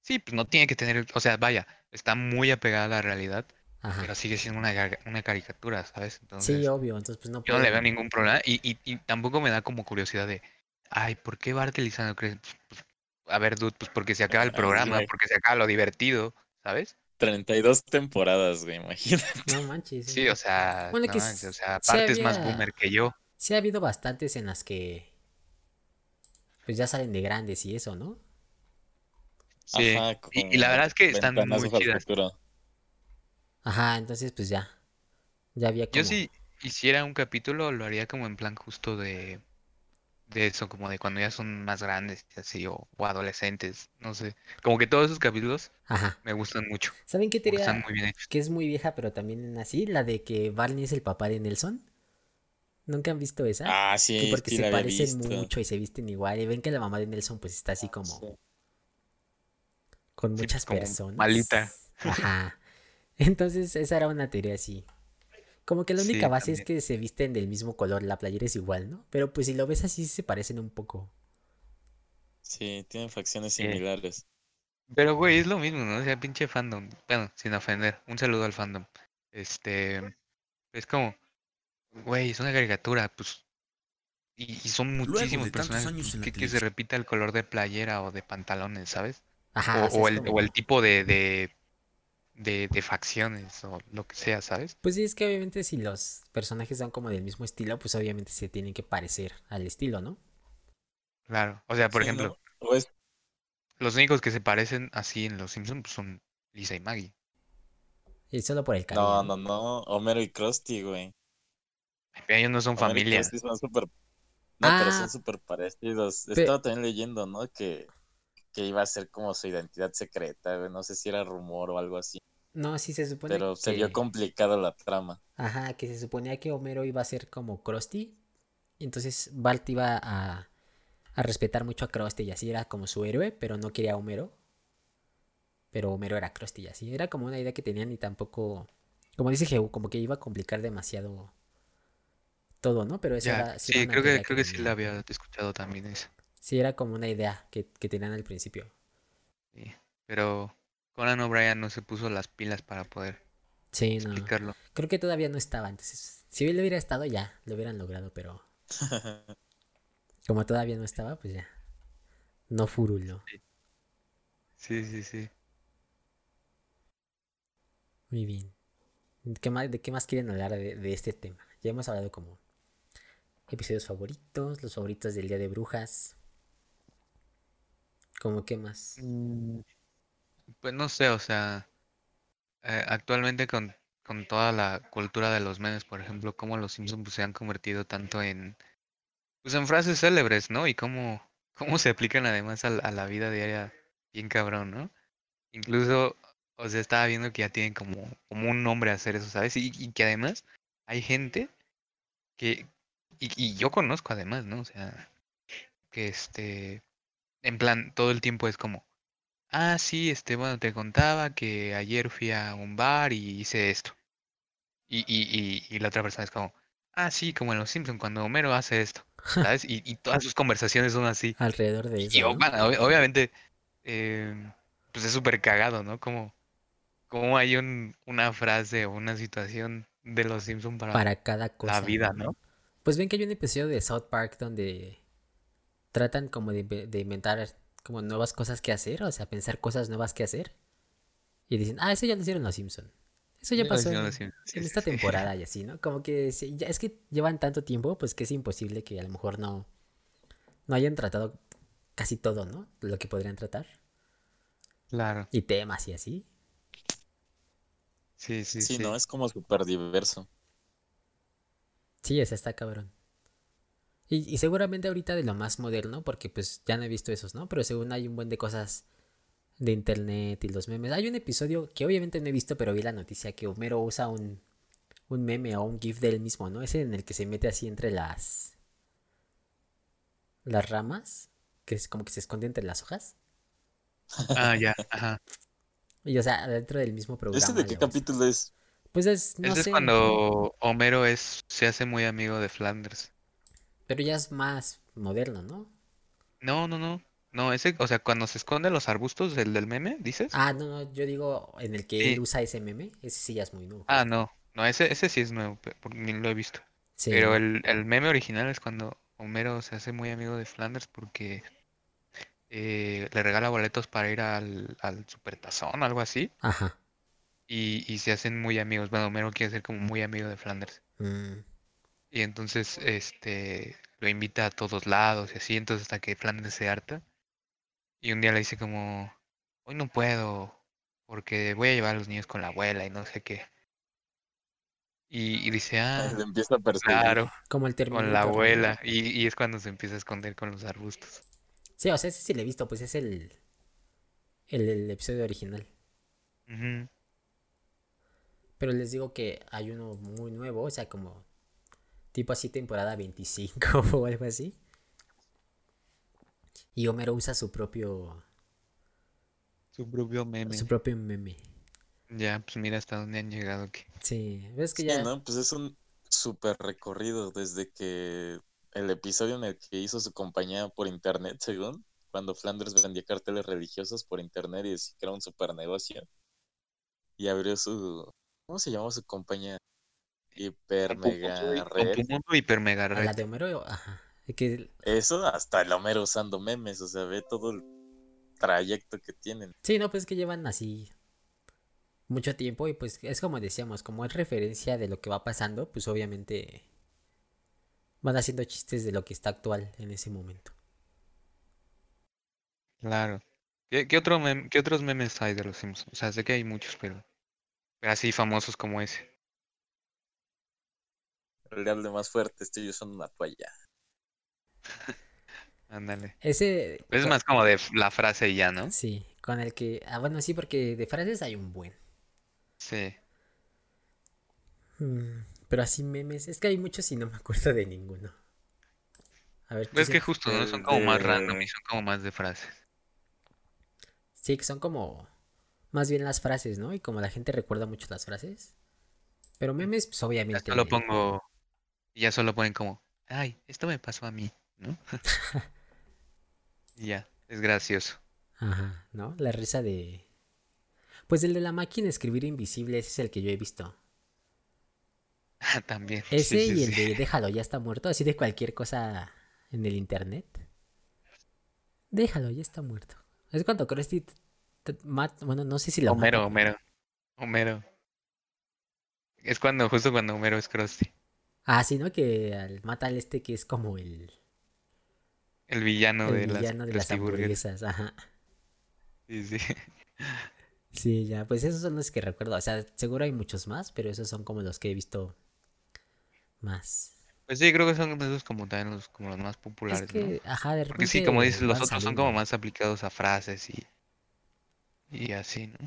Speaker 4: Sí, pues no tiene que tener, o sea, vaya, está muy apegada a la realidad,
Speaker 2: ajá.
Speaker 4: pero sigue siendo una, gar- una caricatura, ¿sabes? Entonces,
Speaker 2: Sí,
Speaker 4: yo,
Speaker 2: obvio, entonces pues no
Speaker 4: no le veo
Speaker 2: pueden-
Speaker 4: ningún problema y, y, y tampoco me da como curiosidad de, ay, ¿por qué Bart y Lisa no creen? Pues, pues, a ver, dude, pues porque se acaba el
Speaker 1: Ah,
Speaker 4: programa,
Speaker 1: güey.
Speaker 4: porque se acaba lo divertido, ¿sabes?
Speaker 1: 32 temporadas, güey, imagínate.
Speaker 2: No manches. ¿eh?
Speaker 4: Sí, o sea,
Speaker 2: Bueno,
Speaker 4: no
Speaker 2: que
Speaker 4: manches, o
Speaker 2: sí
Speaker 4: sea, aparte es más
Speaker 2: había-
Speaker 4: boomer que yo.
Speaker 2: Sí ha habido bastantes en las que pues ya salen de grandes y eso, ¿no?
Speaker 4: Sí.
Speaker 1: Ajá,
Speaker 4: Y- y
Speaker 1: como
Speaker 4: la verdad es que están muy
Speaker 1: Ventanazos al
Speaker 4: chidas.
Speaker 1: futuro.
Speaker 2: Ajá, entonces pues ya. Ya había como
Speaker 4: Yo si hiciera un capítulo lo haría como en plan justo de, de eso, como de cuando ya son más grandes, y así, o, o adolescentes, no sé. Como que todos esos capítulos
Speaker 2: Ajá.
Speaker 4: me gustan mucho,
Speaker 2: ¿Saben qué
Speaker 4: porque
Speaker 2: teoría
Speaker 4: están muy bien hechos.
Speaker 2: que es muy vieja, pero también así, la de que Barney es el papá de Nelson? ¿Nunca han visto esa?
Speaker 1: Ah,
Speaker 2: Que
Speaker 1: sí,
Speaker 2: porque
Speaker 1: sí
Speaker 2: se
Speaker 1: la había
Speaker 2: parecen
Speaker 1: visto.
Speaker 2: mucho y se visten igual y ven que la mamá de Nelson pues está así como
Speaker 1: Sí.
Speaker 2: con
Speaker 4: Sí,
Speaker 2: muchas
Speaker 4: como
Speaker 2: personas.
Speaker 4: malita.
Speaker 2: Ajá. Entonces, esa era una teoría así. Como que la
Speaker 4: Sí,
Speaker 2: única base es que se visten del mismo color, la playera es igual, ¿no? Pero pues si lo ves así se parecen un poco.
Speaker 1: Sí, tienen facciones
Speaker 4: Sí.
Speaker 1: similares.
Speaker 4: Pero güey, es lo mismo, ¿no? O sea, pinche fandom. Bueno, sin ofender, un saludo al fandom. Este, es como, güey, es una caricatura, pues, y, y son
Speaker 5: Luego de
Speaker 4: muchísimos
Speaker 5: tantos
Speaker 4: personajes,
Speaker 5: años
Speaker 4: pues,
Speaker 5: en la
Speaker 4: que, que se
Speaker 5: televisión.
Speaker 4: repita el color de playera o de pantalones, ¿sabes?
Speaker 2: Ajá.
Speaker 4: O,
Speaker 2: sea,
Speaker 4: o
Speaker 2: Ah, es
Speaker 4: el,
Speaker 2: como-
Speaker 4: o el tipo de, de, de, de facciones o lo que sea, ¿sabes?
Speaker 2: Pues sí, es que obviamente si los personajes son como del mismo estilo, pues obviamente se tienen que parecer al estilo, ¿no?
Speaker 4: Claro. O sea, Ah, por
Speaker 1: Sí,
Speaker 4: ejemplo,
Speaker 1: ¿no? pues, O es-
Speaker 4: los únicos que se parecen así en Los Simpsons pues, son Lisa y Maggie.
Speaker 2: Y solo por el
Speaker 1: No,
Speaker 2: cabello.
Speaker 1: no, no. Homero y Krusty, güey.
Speaker 4: Pero ellos no son
Speaker 1: Homero y
Speaker 4: familia.
Speaker 1: Krusty son súper. No, pero
Speaker 2: Ah.
Speaker 1: son súper parecidos.
Speaker 2: Pe-
Speaker 1: Estaba también leyendo, ¿no? Que, que iba a ser como su identidad secreta, güey. No sé si era rumor o algo así.
Speaker 2: No, sí se supone
Speaker 1: Pero se vio
Speaker 2: que-
Speaker 1: complicada la trama.
Speaker 2: Ajá, que se suponía que Homero iba a ser como Krusty. y Entonces Bart iba a, a respetar mucho a Krusty y así era como su héroe, pero no quería a Homero. Pero Homero era Krusty y así. Era como una idea que tenían y tampoco. Como dice Geu, como que iba a complicar demasiado todo, ¿no? Pero eso
Speaker 4: Ya,
Speaker 2: era.
Speaker 4: sí,
Speaker 2: era una
Speaker 4: creo que,
Speaker 2: idea
Speaker 4: creo que sí la
Speaker 2: tenían.
Speaker 4: había escuchado también esa.
Speaker 2: Sí, era como una idea que, que tenían al principio.
Speaker 4: Pero Conan O'Brien no se puso las pilas para poder
Speaker 2: Sí, no.
Speaker 4: explicarlo.
Speaker 2: Creo que todavía no estaba. Entonces, si él hubiera estado ya, lo hubieran logrado, pero Como todavía no estaba, pues ya. No furuló.
Speaker 4: Sí, sí, sí.
Speaker 2: Muy bien. ¿Qué más, ¿De qué más quieren hablar de, de este tema? Ya hemos hablado como episodios favoritos, los favoritos del Día de Brujas. ¿Cómo qué más?
Speaker 4: mm, Pues no sé, o sea, eh, actualmente con, con toda la cultura de los memes, por ejemplo, cómo los Simpsons pues, se han convertido tanto en, pues en frases célebres, ¿no? Y cómo, cómo se aplican además a, la- a la vida diaria bien cabrón, ¿no? Incluso, o sea, estaba viendo que ya tienen como, como un nombre a hacer eso, ¿sabes? Y, y que además hay gente que, y, y yo conozco además, ¿no? O sea, que este, en plan, todo el tiempo es como, ah, sí, este, bueno, te contaba que ayer fui a un bar y hice esto. Y, y, y, y la otra persona es como, ah, sí, como en Los Simpsons, cuando Homero hace esto, ¿sabes? Y, y todas sus conversaciones son así.
Speaker 2: Alrededor de
Speaker 4: Y
Speaker 2: eso. ¿no?
Speaker 4: bueno, obvi- obviamente, eh, pues es súper cagado, ¿no? Como, como hay un, una frase o una situación de los Simpson para,
Speaker 2: Para cada cosa.
Speaker 4: la vida, ¿no?
Speaker 2: Pues ven que hay un episodio de South Park donde tratan como de, inve- de inventar como nuevas cosas que hacer, o sea, pensar cosas nuevas que hacer. Y dicen, ah, eso ya lo hicieron los Simpson. Eso ya
Speaker 4: Lo
Speaker 2: pasó
Speaker 4: hicieron
Speaker 2: en,
Speaker 4: los Simpson, sí,
Speaker 2: en
Speaker 4: sí,
Speaker 2: esta
Speaker 4: sí.
Speaker 2: temporada y así, ¿no? Como que se- ya- es que llevan tanto tiempo, pues que es imposible que a lo mejor no, no hayan tratado casi todo, ¿no? Lo que podrían tratar.
Speaker 4: Claro,
Speaker 2: Y temas y así.
Speaker 4: sí, sí,
Speaker 1: Sí,
Speaker 4: sí.
Speaker 1: no, es como súper diverso.
Speaker 2: Sí, esa está cabrón. Y, y seguramente ahorita de lo más moderno, porque pues ya no he visto esos, ¿no? Pero según hay un buen de cosas de internet y los memes. Hay un episodio que obviamente no he visto, pero vi la noticia que Homero usa un, un meme o un GIF del mismo, ¿no? Ese en el que se mete así entre las... las ramas, que es como que se esconde entre las hojas.
Speaker 4: Ah, ya, ajá.
Speaker 2: Y o sea, dentro del mismo programa.
Speaker 1: ¿Ese Este de qué
Speaker 2: lo usa.
Speaker 1: capítulo es?
Speaker 2: Pues es, no
Speaker 4: Ese es
Speaker 2: sé,
Speaker 4: cuando Homero es, se hace muy amigo de Flanders.
Speaker 2: pero ya es más moderno, ¿no?
Speaker 4: No, no, no. No, ese, o sea, cuando se esconde los arbustos, el del meme, ¿dices?
Speaker 2: Ah, no, no, yo digo en el que
Speaker 4: Sí.
Speaker 2: él usa ese meme, ese sí ya es muy nuevo.
Speaker 4: Ah, no. No, ese, ese sí es nuevo, pe- porque ni lo he visto.
Speaker 2: Sí,
Speaker 4: Pero
Speaker 2: ¿no?
Speaker 4: el, el meme original es cuando Homero se hace muy amigo de Flanders porque eh, le regala boletos para ir al, al Supertazón, algo así,
Speaker 2: Ajá.
Speaker 4: y, y se hacen muy amigos. Bueno, Homero quiere ser como muy amigo de Flanders.
Speaker 2: Mm,
Speaker 4: Y entonces este lo invita a todos lados y así, entonces hasta que Flanders se harta. Y un día le dice como, hoy no puedo porque voy a llevar a los niños con la abuela y no sé qué. Y, y dice, ah,
Speaker 1: Le empieza a perseguir.
Speaker 4: claro.
Speaker 2: Como el término.
Speaker 4: Con la abuela. Y, y es cuando se empieza a esconder con los arbustos.
Speaker 2: Sí, o sea, ese sí lo he visto, pues es el, el, el episodio original.
Speaker 4: Ujú.
Speaker 2: Pero les digo que hay uno muy nuevo, o sea, como tipo así temporada 25 o algo así. Y Homero usa su propio,
Speaker 4: Su propio meme.
Speaker 2: su propio meme.
Speaker 4: Ya, pues mira hasta dónde han llegado. Que...
Speaker 2: Sí, ves que
Speaker 1: Sí,
Speaker 2: ya...
Speaker 1: ¿no? Pues es un súper recorrido desde que el episodio en el que hizo su compañía por internet, según, cuando Flanders vendía carteles religiosos por internet y decía que era un super negocio. Y abrió su, ¿cómo se llamaba su compañía? Hiper mega red.
Speaker 4: Compumoto hiper mega
Speaker 2: A la
Speaker 4: red.
Speaker 2: de Homero, ajá. Es que,
Speaker 1: Eso hasta el Homero usando memes, o sea, ve todo el trayecto que tienen.
Speaker 2: sí, no, pues es que llevan así mucho tiempo y pues es como decíamos, como es referencia de lo que va pasando, pues obviamente van haciendo chistes de lo que está actual en ese momento.
Speaker 4: Claro. ¿Qué, qué otro mem- qué otros memes hay de los Simpsons? O sea, sé que hay muchos, pero, pero así famosos como ese.
Speaker 1: El de hable más fuerte, estoy usando una toalla.
Speaker 4: Ándale.
Speaker 2: Ese
Speaker 4: Es
Speaker 2: con-
Speaker 4: más como de f- la frase y ya, ¿no?
Speaker 2: Sí, con el que ah bueno, sí, porque de frases hay un buen.
Speaker 4: Sí.
Speaker 2: Mm, Pero así memes, es que hay muchos y no me acuerdo de ninguno. A ver, tú
Speaker 4: Es
Speaker 2: sí-
Speaker 4: que justo, ¿no? Son
Speaker 1: el
Speaker 4: como más
Speaker 1: de-
Speaker 4: random y son como más de frases.
Speaker 2: sí, que son como más bien las frases, ¿no? Y como la gente recuerda mucho las frases. Pero memes, pues
Speaker 4: Ya
Speaker 2: obviamente.
Speaker 4: solo pongo. y Ya solo ponen como, ay, esto me pasó a mí, ¿no? Y ya, es gracioso.
Speaker 2: Ajá, ¿no? La risa de. Pues el de la máquina escribir invisible, ese es el que yo he visto.
Speaker 4: Ah, También. sí,
Speaker 2: Ese
Speaker 4: sí,
Speaker 2: y el
Speaker 4: sí.
Speaker 2: de déjalo, ya está muerto, así de cualquier cosa en el internet. Déjalo, ya está muerto. Es cuando Krusty t- t- mat- bueno, no sé si lo
Speaker 4: Homero,
Speaker 2: mata.
Speaker 4: Homero. Homero. Es cuando, justo cuando Homero es Krusty.
Speaker 2: Ah, sí, ¿no? Que al- mata al este que es como el,
Speaker 4: El villano
Speaker 2: el
Speaker 4: de las,
Speaker 2: villano de las
Speaker 4: Krusty-burgers.
Speaker 2: hamburguesas, ajá.
Speaker 4: Sí, sí.
Speaker 2: Sí, ya, pues esos son los que recuerdo. O sea, seguro hay muchos más, pero esos son como los que he visto más.
Speaker 4: Pues sí, creo que son esos como también los, como los más populares,
Speaker 2: Es
Speaker 4: ¿no?
Speaker 2: que, ajá, de
Speaker 4: Porque sí, como
Speaker 2: repente
Speaker 4: dices, los
Speaker 2: van
Speaker 4: otros son
Speaker 2: saliendo.
Speaker 4: como más aplicados a frases y, y así, ¿no?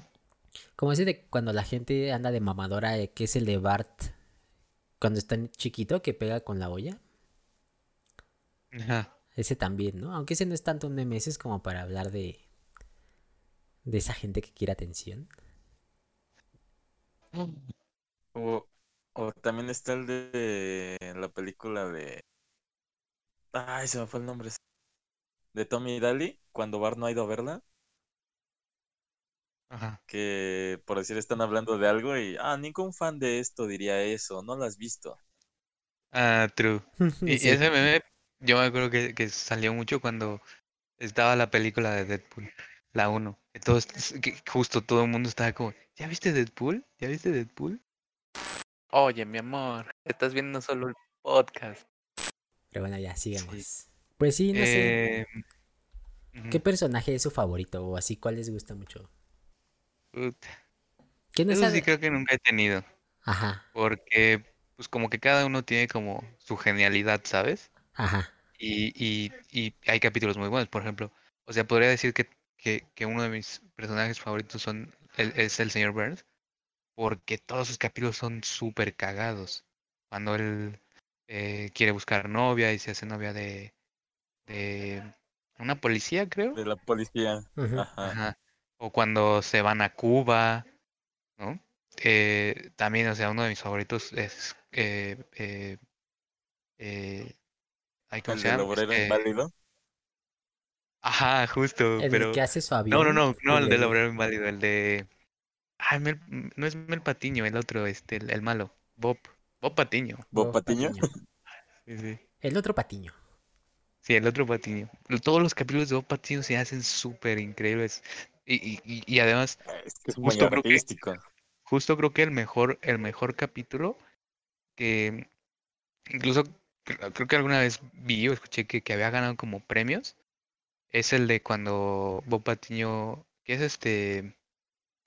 Speaker 2: Como ese de cuando la gente anda de mamadora, eh, que es el de Bart, cuando está chiquito, que pega con la olla.
Speaker 4: Ajá.
Speaker 2: Ese también, ¿no? Aunque ese no es tanto un meme, ese es como para hablar de. de esa gente que quiere atención.
Speaker 1: O, o también está el de la película de. Ay, se me fue el nombre. De Tommy y Daly, cuando Bart no ha ido a verla,
Speaker 4: Ajá.
Speaker 1: que por decir están hablando de algo y. Ah, ningún fan de esto diría eso, no lo has visto.
Speaker 4: Ah, true. Y y
Speaker 2: Sí.
Speaker 4: ese meme, yo me acuerdo que, que salió mucho cuando estaba la película de Deadpool, la 1. Entonces, que justo todo el mundo estaba como, ¿ya viste Deadpool? ¿Ya viste Deadpool?
Speaker 3: Oye, mi amor, estás viendo solo el podcast.
Speaker 2: Pero bueno, ya, sigamos. Pues sí, no sé.
Speaker 4: Eh, ujú,
Speaker 2: ¿Qué personaje es su favorito? O así, ¿cuál les gusta mucho?
Speaker 4: puta,
Speaker 2: ¿Quién es
Speaker 4: Eso sí
Speaker 2: al-
Speaker 4: creo que nunca he tenido,
Speaker 2: Ajá,
Speaker 4: porque pues como que cada uno tiene como su genialidad, ¿sabes?
Speaker 2: ajá.
Speaker 4: Y, y, y hay capítulos muy buenos, por ejemplo. O sea, podría decir que, que, que uno de mis personajes favoritos son el- es el señor Burns, porque todos sus capítulos son súper cagados. Cuando él eh, quiere buscar novia y se hace novia de, de una policía, creo.
Speaker 1: De la policía.
Speaker 2: ujú.
Speaker 1: Ajá.
Speaker 4: Ajá. O cuando se van a Cuba, ¿no? Eh, también, o sea, uno de mis favoritos es... Eh, eh, eh, ay, ¿cómo
Speaker 1: El
Speaker 4: se
Speaker 1: del
Speaker 4: llama?
Speaker 1: obrero
Speaker 4: Este,
Speaker 1: inválido.
Speaker 4: Ajá, justo,
Speaker 2: El
Speaker 4: pero...
Speaker 2: que hace su avión.
Speaker 4: No, no, no, no, el del
Speaker 2: culero.
Speaker 4: obrero inválido, el de... Ay, Mel- m- no es Mel Patiño, el otro, este, el, el malo, Bob, Bob Patiño,
Speaker 1: Bob
Speaker 2: Bob
Speaker 1: Patiño.
Speaker 4: sí, sí,
Speaker 2: El otro patiño.
Speaker 4: sí, el otro Patiño. Todos los capítulos de Bob Patiño se hacen súper increíbles y, y, y- y además,
Speaker 1: Es que es muy
Speaker 4: Justo creo que-
Speaker 1: artístico.
Speaker 4: justo creo que el mejor, el mejor capítulo que incluso cre- ah, creo que alguna vez vi o escuché que, que había ganado como premios, es el de cuando Bob Patiño, que es este,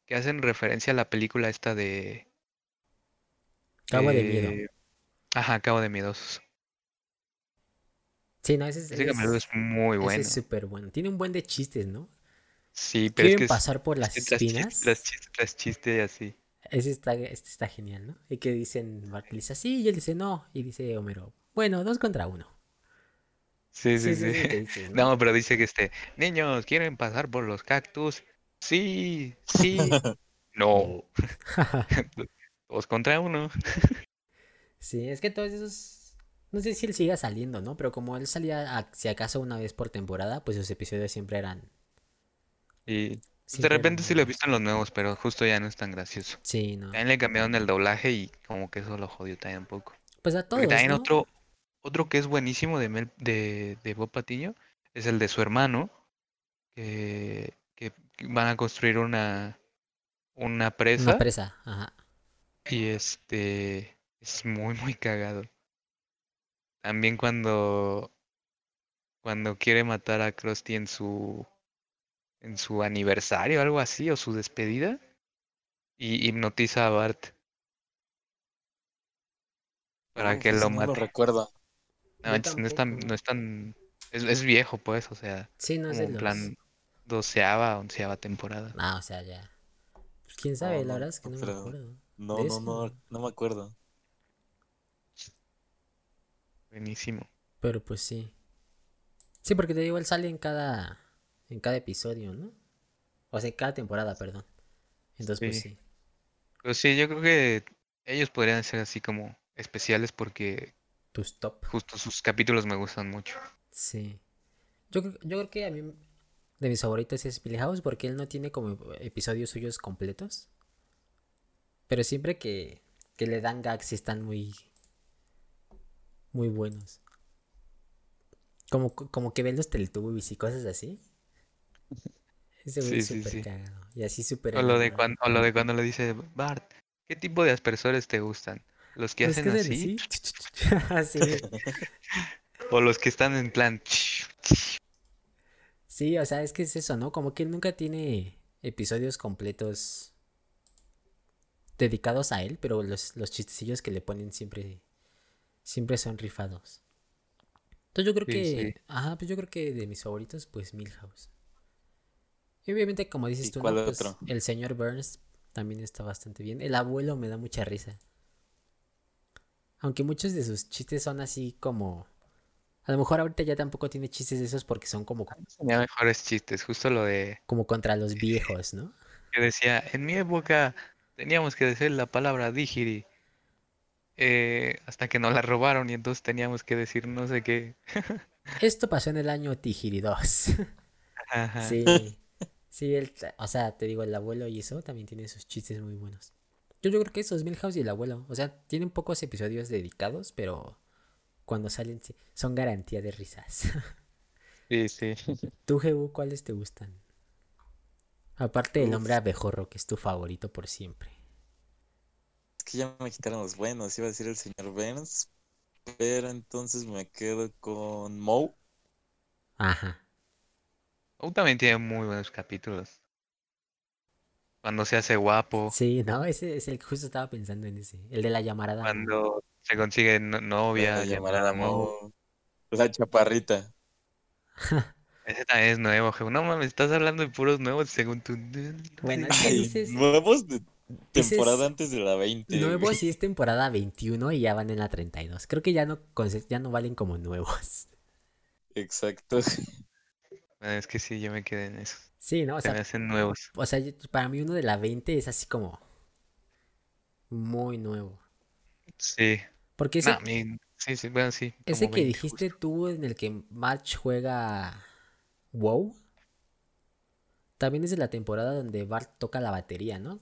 Speaker 4: que hacen referencia a la película esta de...
Speaker 2: Cabo de miedo.
Speaker 4: Eh, Ajá, Cabo de Miedosos.
Speaker 2: Sí, no, ese es.
Speaker 4: Ese
Speaker 2: ese
Speaker 4: capítulo
Speaker 2: es-
Speaker 4: es muy
Speaker 2: ese
Speaker 4: bueno.
Speaker 2: es súper bueno. Tiene un buen de chistes, ¿no?
Speaker 4: Sí, pero es
Speaker 2: Quieren
Speaker 4: que es-
Speaker 2: pasar por las
Speaker 4: es que tras chiste,
Speaker 2: espinas.
Speaker 4: tras chiste, tras chiste, así.
Speaker 2: Ese está, este está genial, ¿no? Y que dicen, Bart le dice así, y él dice no, y dice Homero, bueno, dos contra uno.
Speaker 4: Sí, sí, sí.
Speaker 2: que dices, ¿no?
Speaker 4: No, pero dice que este, niños, ¿quieren pasar por los cactus? Sí, sí. No, dos contra uno.
Speaker 2: sí, es que todos esos, no sé si él siga saliendo, ¿no? Pero como él salía, a- si acaso una vez por temporada, pues sus episodios siempre eran...
Speaker 4: Y pues, de
Speaker 2: siempre
Speaker 4: repente
Speaker 2: eran
Speaker 4: sí lo he
Speaker 2: buenos.
Speaker 4: visto en los nuevos, pero justo ya no es tan gracioso.
Speaker 2: Sí, no.
Speaker 4: También le cambiaron el doblaje y como que eso lo jodió también un poco.
Speaker 2: Pues a todos,
Speaker 4: Porque también
Speaker 2: ¿no?
Speaker 4: otro, otro que es buenísimo de, Mel- de, de Bob Patiño es el de su hermano, que, que van a construir una, una
Speaker 2: Una
Speaker 4: presa
Speaker 2: presa, ajá.
Speaker 4: y este es muy, muy cagado. También cuando, cuando quiere matar a Krusty en su, en su aniversario, algo así, o su despedida, y hipnotiza a Bart para
Speaker 1: Uf,
Speaker 4: que
Speaker 2: pues
Speaker 1: ese
Speaker 4: lo
Speaker 1: no
Speaker 4: mate.
Speaker 1: recuerdo.
Speaker 4: No,
Speaker 2: Yo
Speaker 4: manches, no es tan,
Speaker 2: tampoco.
Speaker 4: no es tan, es, es viejo pues, o sea,
Speaker 2: Sí, no es
Speaker 4: como
Speaker 2: de
Speaker 4: en
Speaker 2: los...
Speaker 4: plan doceava, onceava temporada.
Speaker 2: Ah, o sea, ya. Pues, quién sabe,
Speaker 1: no,
Speaker 2: la verdad es que no me
Speaker 1: pero-
Speaker 2: acuerdo.
Speaker 1: No,
Speaker 2: De
Speaker 1: no,
Speaker 2: ese
Speaker 1: no,
Speaker 2: no.
Speaker 1: no me acuerdo.
Speaker 4: Buenísimo.
Speaker 2: Pero pues sí. Sí, porque te digo, él sale en cada, en cada episodio, ¿no? O sea, en cada temporada, perdón. Entonces, pues sí.
Speaker 4: Sí. Pero Pues sí, yo creo que ellos podrían ser así como especiales porque
Speaker 2: Tus top.
Speaker 4: justo sus capítulos me gustan mucho.
Speaker 2: Sí. Yo, creo- yo creo que a mí de mis favoritos es House porque él no tiene como episodios suyos completos. Pero siempre que, que le dan gags y están muy, muy buenos. Como, como que ven los Teletubbies y cosas así. Ese güey es
Speaker 4: Sí, sí,
Speaker 2: súper
Speaker 4: sí.
Speaker 2: cagado. Y así súper.
Speaker 4: O lo, de
Speaker 2: animado.
Speaker 4: cuando, o lo de cuando le dice, Bart, ¿qué tipo de aspersores te gustan? ¿Los que
Speaker 2: Los
Speaker 4: hacen
Speaker 2: hacen
Speaker 4: así?
Speaker 2: así? Así.
Speaker 4: ¿O los que están en plan...
Speaker 2: Sí, o sea, es que es eso, ¿no? Como que él nunca tiene episodios completos dedicados a él, pero los, los chistecillos que le ponen siempre, siempre son rifados. Entonces yo creo
Speaker 4: Sí,
Speaker 2: que,
Speaker 4: sí.
Speaker 2: ajá, pues yo creo que de mis favoritos, pues Milhouse. Y obviamente, como dices
Speaker 1: ¿Y
Speaker 2: tú, ¿no?
Speaker 1: cuál
Speaker 2: Pues,
Speaker 1: otro?
Speaker 2: el señor Burns también está bastante bien. El abuelo me da mucha risa. Aunque muchos de sus chistes son así como... A lo mejor ahorita ya tampoco tiene chistes de esos porque son como
Speaker 4: Tenía mejores chistes, justo lo de
Speaker 2: como contra los viejos, ¿no?
Speaker 4: que decía, en mi época teníamos que decir la palabra digiri, eh, hasta que nos la robaron y entonces teníamos que decir no sé qué.
Speaker 2: Esto pasó en el año Tigiri 2.
Speaker 4: Ajá.
Speaker 2: Sí, sí, el, o sea, te digo, el abuelo y eso también tiene sus chistes muy buenos. Yo, yo creo que esos Milhouse y el abuelo, o sea, tienen pocos episodios dedicados, pero cuando salen sí, son garantía de risas.
Speaker 4: Sí, sí.
Speaker 2: ¿Tú, Jebu, cuáles te gustan? Aparte del hombre abejorro, que es tu favorito por siempre.
Speaker 1: Es que ya me quitaron los buenos, iba a decir el señor Burns, pero entonces me quedo con Moe.
Speaker 2: Ajá.
Speaker 4: Ou también tiene muy buenos capítulos. Cuando se hace guapo,
Speaker 2: Sí, no, ese es el que justo estaba pensando en ese. El de la llamarada. ¿no?
Speaker 4: cuando se consigue no- novia,
Speaker 1: La
Speaker 4: llamar
Speaker 1: llamarada
Speaker 4: a Moe.
Speaker 1: Moe. La chaparrita.
Speaker 4: Ese también es nuevo, Jebu. No mames, estás hablando de puros nuevos según tú.
Speaker 2: Bueno, es que
Speaker 1: Ay,
Speaker 2: dices-
Speaker 1: nuevos de
Speaker 2: dices-
Speaker 1: temporada antes de la 20. güey.
Speaker 2: Nuevos y es temporada 21 y ya van en la 32. Creo que ya no, conce- ya no valen como nuevos.
Speaker 1: Exacto.
Speaker 4: Bueno, Ah, es que sí, yo me quedé en eso.
Speaker 2: Sí, ¿no? O
Speaker 4: Se me
Speaker 2: sea,
Speaker 4: hacen nuevos.
Speaker 2: o sea, yo- para mí uno de la 20 es así como muy nuevo.
Speaker 4: Sí.
Speaker 2: Porque ese,
Speaker 4: No, mi- sí, sí, bueno, sí.
Speaker 2: ese
Speaker 4: como
Speaker 2: que
Speaker 4: 20 justo.
Speaker 2: dijiste tú en el que March juega WoW, también es de la temporada donde Bart toca la batería, ¿no?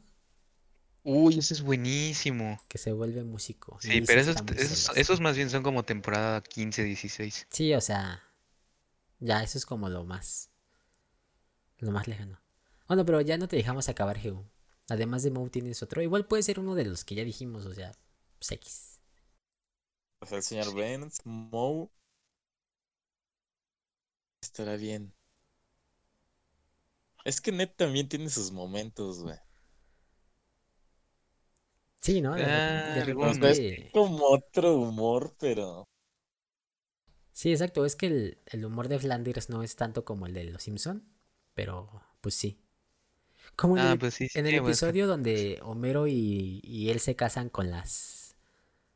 Speaker 4: Uy, ese es buenísimo.
Speaker 2: Que se vuelve músico. y
Speaker 4: Sí,
Speaker 2: Lisa
Speaker 4: pero
Speaker 2: está
Speaker 4: esos,
Speaker 2: muy
Speaker 4: esos,
Speaker 2: celosa.
Speaker 4: esos más bien son como temporada 15, 16.
Speaker 2: Sí, o sea, ya eso es como lo más, lo más lejano. Bueno, pero ya no te dejamos acabar, Geo. Además de Moe tienes otro. Igual puede ser uno de los que ya dijimos, o sea, pues, X.
Speaker 1: O sea, el señor Burns, Moe. Estará bien. Es que Ned también tiene sus momentos, güey.
Speaker 2: Sí, ¿no? De,
Speaker 4: Ah,
Speaker 2: de
Speaker 4: algunos.
Speaker 2: repente-
Speaker 1: Como otro humor, pero.
Speaker 2: Sí, exacto. Es que el, el humor de Flanders no es tanto como el de Los Simpson, pero pues sí. Como en
Speaker 4: Ah,
Speaker 2: el,
Speaker 4: pues sí, sí,
Speaker 2: en el
Speaker 4: tiene buenos
Speaker 2: episodio donde Homero y, y él se casan con las...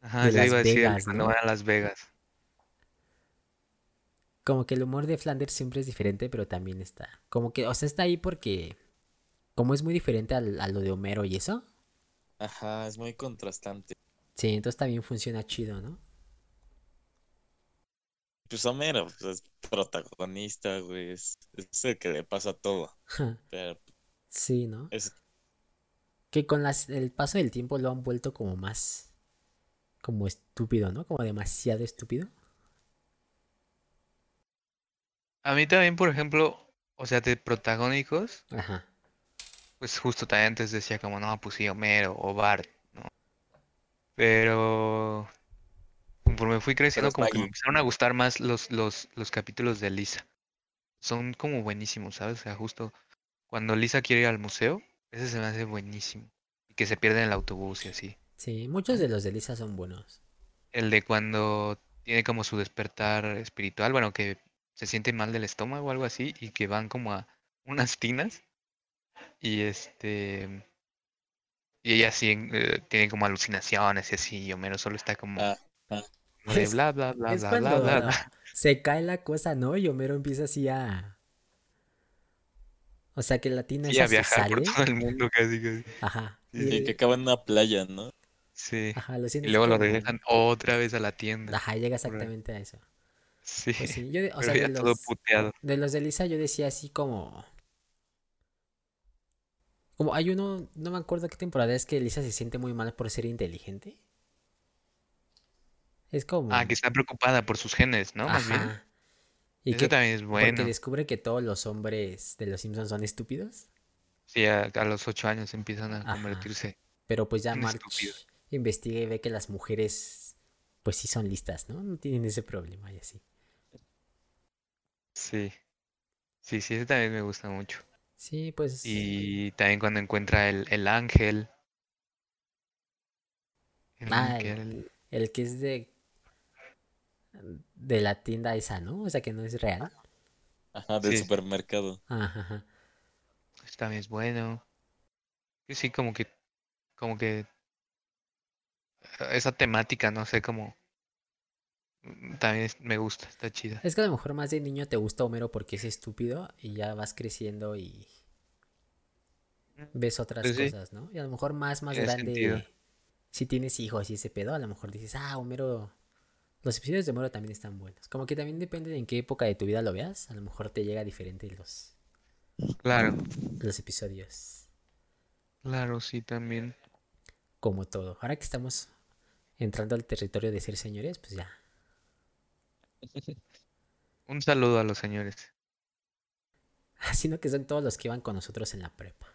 Speaker 4: cap- Ajá,
Speaker 2: de
Speaker 4: yo
Speaker 2: Las
Speaker 4: iba a decir el
Speaker 2: Vegas,
Speaker 4: cuando
Speaker 2: ¿no?
Speaker 4: van a Las Vegas.
Speaker 2: Como que el humor de Flanders siempre es diferente, pero también está. Como que, o sea, está ahí porque. Como es muy diferente al- a lo de Homero y eso.
Speaker 1: Ajá, es muy contrastante.
Speaker 2: Sí, entonces también funciona chido, ¿no?
Speaker 1: Pues Homero pues, es protagonista, güey. Es, es el que le pasa todo. Pero pues,
Speaker 2: Sí, ¿no?
Speaker 1: es
Speaker 2: Que con las, el paso del tiempo lo han vuelto como más. Como estúpido, ¿no? Como demasiado estúpido.
Speaker 4: A mí también, por ejemplo, o sea, de protagónicos,
Speaker 2: Ajá.
Speaker 4: pues justo también antes decía como, no, pues sí, Homero o Bart, ¿no? Pero conforme fui creciendo,
Speaker 1: es
Speaker 4: como que me
Speaker 1: Maggie.
Speaker 4: empezaron a gustar más los, los, los capítulos de Lisa. Son como buenísimos, ¿sabes? O sea, justo cuando Lisa quiere ir al museo, ese se me hace buenísimo. Y que se pierde en el autobús y así.
Speaker 2: Sí, muchos de los de Lisa son buenos.
Speaker 4: El de cuando tiene como su despertar espiritual, bueno, que se siente mal del estómago o algo así, y que van como a unas tinas, y este, y ella sí en- eh, tiene como alucinaciones y así, y Homero solo está como
Speaker 1: Ah, ah.
Speaker 4: como de
Speaker 2: Es-
Speaker 4: bla bla bla
Speaker 2: es
Speaker 4: bla bla
Speaker 2: cuando
Speaker 4: bla bla.
Speaker 2: se cae la cosa, ¿no? Y Homero empieza así a. O sea, que la tina
Speaker 4: Y
Speaker 2: esa
Speaker 4: a
Speaker 2: se
Speaker 4: viajar por
Speaker 2: sale.
Speaker 4: todo el mundo casi casi.
Speaker 2: Ajá.
Speaker 4: Sí,
Speaker 2: y
Speaker 1: el
Speaker 2: el-
Speaker 1: que acaba en una playa, ¿no?
Speaker 4: Sí.
Speaker 2: Ajá, lo
Speaker 4: Y
Speaker 2: sientes
Speaker 4: luego lo
Speaker 2: como-
Speaker 4: regresan otra vez a la tienda.
Speaker 2: Ajá, llega
Speaker 4: Por ahí.
Speaker 2: exactamente a eso.
Speaker 4: Sí.
Speaker 2: Pues sí, yo de- o
Speaker 4: Pero
Speaker 2: sea,
Speaker 4: ya
Speaker 2: de
Speaker 4: todo
Speaker 2: los,
Speaker 4: puteado.
Speaker 2: de los de Lisa yo decía así como... Como hay uno, no me acuerdo qué temporada es que Lisa se siente muy mal por ser inteligente. Es como.
Speaker 4: Ah, que está preocupada por sus genes, ¿no? Más bien.
Speaker 2: Ajá. Y
Speaker 4: Eso
Speaker 2: que
Speaker 4: también es bueno.
Speaker 2: porque descubre que todos los hombres de los Simpsons son estúpidos.
Speaker 4: Sí, a, a los ocho años empiezan a
Speaker 2: Ajá.
Speaker 4: convertirse.
Speaker 2: Pero pues ya
Speaker 4: Son
Speaker 2: March
Speaker 4: estúpidos.
Speaker 2: investiga y ve que las mujeres, pues sí son listas, ¿no? No tienen ese problema y así.
Speaker 4: Sí. Sí, sí, ese también me gusta mucho.
Speaker 2: Sí, pues.
Speaker 4: Y también cuando encuentra el, el ángel. El
Speaker 2: Ah, el-
Speaker 4: ángel.
Speaker 2: El que es de. De la tienda esa, ¿no? O sea que no es real.
Speaker 1: Ajá, del
Speaker 4: Sí.
Speaker 1: supermercado.
Speaker 2: Ajá, ajá.
Speaker 4: Eso pues, también es bueno. Y Sí, como que, como que ah, esa temática, no sé, como mm, también es- me gusta, está chida.
Speaker 2: Es que a lo mejor más de niño te gusta Homero porque es estúpido y ya vas creciendo y ves otras
Speaker 4: Pues sí.
Speaker 2: cosas, ¿no? Y a lo mejor más, más
Speaker 4: Tiene
Speaker 2: grande,
Speaker 4: sentido.
Speaker 2: si tienes hijos y ese pedo, a lo mejor dices, ah, Homero, los episodios de Homero también están buenos. Como que también depende de en qué época de tu vida lo veas, a lo mejor te llega diferente los,
Speaker 4: Claro,
Speaker 2: los episodios,
Speaker 4: claro, sí, también.
Speaker 2: como todo. Ahora que estamos entrando al territorio de ser señores, pues ya.
Speaker 4: Un saludo a los señores.
Speaker 2: Sino que son todos los que iban con nosotros en la prepa.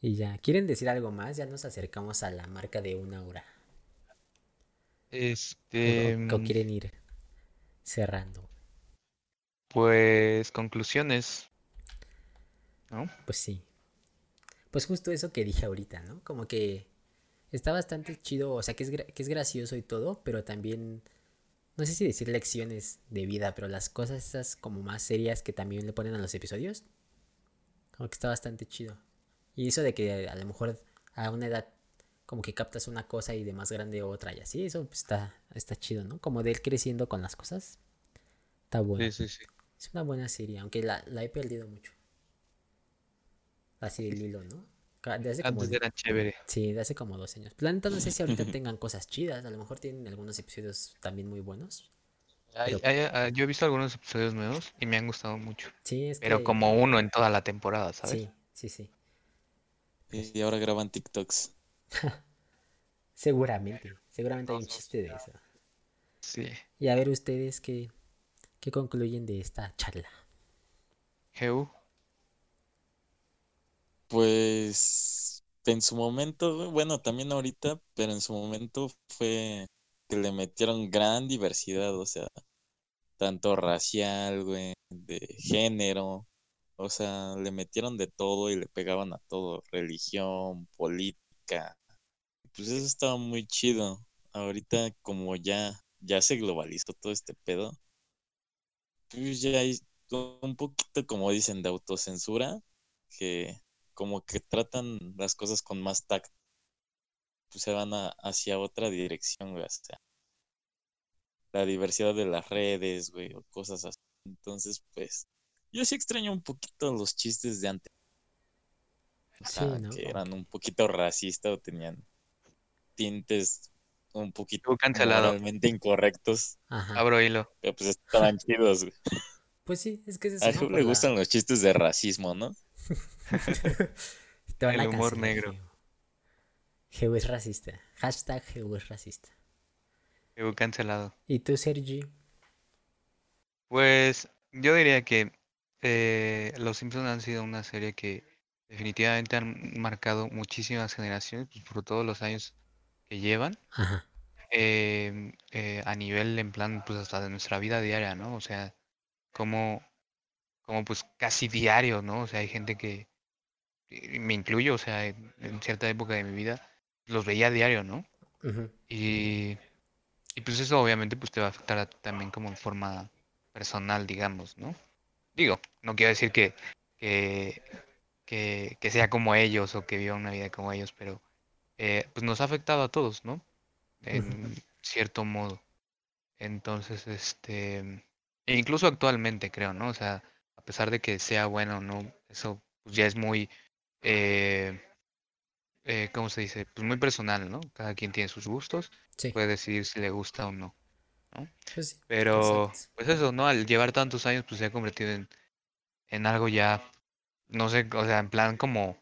Speaker 2: y ya, ¿quieren decir algo más? Ya nos acercamos a la marca de una hora. ¿O-
Speaker 4: Este,
Speaker 2: o- ¿O quieren ir cerrando?
Speaker 4: pues conclusiones.
Speaker 2: Pues sí. Pues justo eso que dije ahorita, ¿no? Como que está bastante chido, o sea, que es, gra- que es gracioso y todo, pero también, no sé si decir lecciones de vida, pero las cosas esas como más serias que también le ponen a los episodios, como que está bastante chido. Y eso de que a lo mejor a una edad como que captas una cosa y de más grande otra y así, eso pues, está, está chido, ¿no? Como de ir creciendo con las cosas. Está bueno.
Speaker 4: Sí, sí, sí.
Speaker 2: Es una buena serie, aunque la, la he perdido mucho. Así el hilo, ¿no? Ca- De hace como,
Speaker 4: Antes era chévere.
Speaker 2: sí, de hace como dos años. La neta no sé si ahorita tengan cosas chidas. A lo mejor tienen algunos episodios también muy buenos.
Speaker 4: Hay-
Speaker 2: Pero-
Speaker 4: hay- ah, yo he visto algunos episodios nuevos y me han gustado mucho.
Speaker 2: Sí, es
Speaker 4: Pero
Speaker 2: que-
Speaker 4: como uno en toda la temporada, ¿sabes?
Speaker 2: Sí, sí, sí.
Speaker 1: Y y ahora graban TikToks.
Speaker 2: Seguramente. Seguramente hay un chiste de eso.
Speaker 4: Sí.
Speaker 2: Y a ver ustedes qué, qué concluyen de esta charla.
Speaker 4: Geu,
Speaker 1: Pues en su momento, güey, bueno, también ahorita, pero en su momento fue que le metieron gran diversidad, o sea, tanto racial, güey, de género, o sea, le metieron de todo y le pegaban a todo, religión, política. Pues eso estaba muy chido. Ahorita como ya ya se globalizó todo este pedo, pues ya hay un poquito como dicen de autocensura que como que tratan las cosas con más tacto. Pues se van a- hacia otra dirección, güey. O sea, la diversidad de las redes, güey, o cosas así. Entonces, pues, yo sí extraño un poquito los chistes de antes. O
Speaker 2: Sí,
Speaker 1: sea,
Speaker 2: ¿no?
Speaker 1: que eran un poquito racistas o tenían tintes un poquito
Speaker 4: Estuvo cancelado.
Speaker 1: moralmente incorrectos.
Speaker 2: Ajá.
Speaker 4: abro hilo.
Speaker 1: Pero pues estaban chidos, güey.
Speaker 2: Pues sí, es que es eso.
Speaker 1: A
Speaker 2: ¿no?
Speaker 1: Jesús
Speaker 2: Por
Speaker 1: le
Speaker 2: la-
Speaker 1: gustan los chistes de racismo, ¿no?
Speaker 2: Te van
Speaker 4: El
Speaker 2: a
Speaker 4: humor
Speaker 2: cancelar,
Speaker 4: negro.
Speaker 2: Geo. Geo es racista. Hashtag Geo es racista.
Speaker 4: Geu cancelado.
Speaker 2: ¿Y tú, Sergi?
Speaker 4: Pues yo diría que eh, Los Simpsons han sido una serie que definitivamente han marcado muchísimas generaciones pues, por todos los años que llevan
Speaker 2: Ajá.
Speaker 4: em, eh, a nivel en plan pues hasta de nuestra vida diaria, ¿no? O sea, como, como pues casi diario, ¿no? O sea, hay gente que y me incluyo, o sea, en, en cierta época de mi vida los veía diario, ¿no?
Speaker 2: Ujú.
Speaker 4: Y, eh, y pues eso obviamente pues te va a afectar a ti también como en forma personal, digamos, ¿no? Digo, no quiero decir que, que, que, que sea como ellos o que viva una vida como ellos, pero eh, pues nos ha afectado a todos, ¿no? En cierto modo. Entonces, este, e incluso actualmente creo, ¿no? O sea, a pesar de que sea bueno o no, eso pues ya es muy... eh, eh, ¿cómo se dice? Pues muy personal, ¿no? Cada quien tiene sus gustos,
Speaker 2: Sí.
Speaker 4: puede decidir si le gusta o no.
Speaker 2: Pues sí.
Speaker 4: Pero,
Speaker 2: Exacto.
Speaker 4: pues eso, ¿no? Al llevar tantos años, pues se ha convertido en, en algo ya no sé, o sea, en plan como,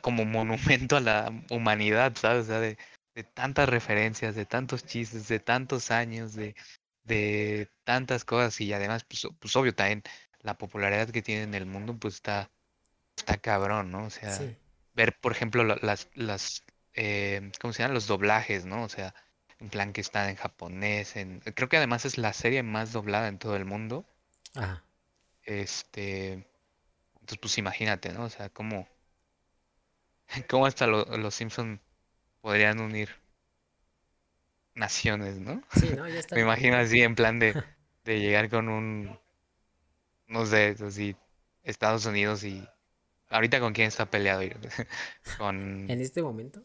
Speaker 4: como monumento a la humanidad, ¿sabes? O sea, de, de tantas referencias, de tantos chistes, de tantos años, de, de tantas cosas y además, pues, o- pues, obvio también, la popularidad que tiene en el mundo, pues está, está cabrón, ¿no? O sea,
Speaker 2: Sí.
Speaker 4: ver, por ejemplo, la- las, las, eh, ¿cómo se llaman? Los doblajes, ¿no? O sea, en plan que están en japonés, en, creo que además es la serie más doblada en todo el mundo.
Speaker 2: Ajá.
Speaker 4: Este, entonces pues imagínate, ¿no? O sea, cómo, cómo hasta lo- los Simpson podrían unir naciones, ¿no?
Speaker 2: Sí, no, ya está.
Speaker 4: Me imagino así en plan de, de llegar con un, no sé, así, Estados Unidos y ahorita con quién está peleado, Ir? con,
Speaker 2: En este momento,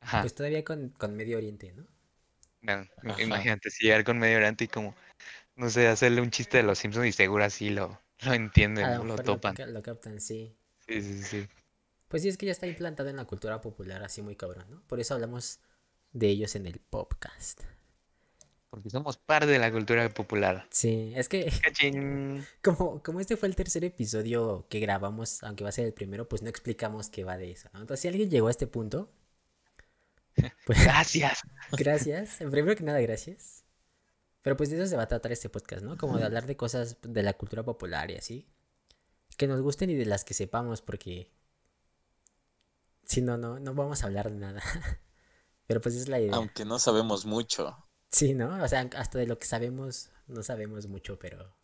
Speaker 4: ajá,
Speaker 2: pues todavía con, con Medio Oriente, ¿no?
Speaker 4: bueno, im-
Speaker 1: Ajá.
Speaker 4: imagínate si llegar con Medio Oriente y como, no sé, hacerle un chiste de los Simpson y seguro así lo, lo entienden,
Speaker 2: A
Speaker 4: ¿no?
Speaker 2: lo
Speaker 4: Lo
Speaker 2: mejor
Speaker 4: topan.
Speaker 2: ca- lo captan, sí.
Speaker 4: Sí, sí, sí.
Speaker 2: Pues sí, es que ya está implantado en la cultura popular así muy cabrón, ¿no? Por eso hablamos de ellos en el podcast.
Speaker 4: Porque somos parte de la cultura popular.
Speaker 2: Sí, es que
Speaker 4: Cachín.
Speaker 2: como, como este fue el tercer episodio que grabamos, aunque va a ser el primero, pues no explicamos qué va de eso, ¿no? Entonces, si alguien llegó a este punto, pues
Speaker 4: Gracias.
Speaker 2: gracias. Primero que nada, gracias. Pero pues de eso se va a tratar este podcast, ¿no? Como de hablar de cosas de la cultura popular y así. Que nos gusten y de las que sepamos, porque si no, no, no vamos a hablar de nada. Pero pues es la idea.
Speaker 1: Aunque no sabemos mucho.
Speaker 2: Sí, ¿no? O sea, hasta de lo que sabemos, no sabemos mucho, pero.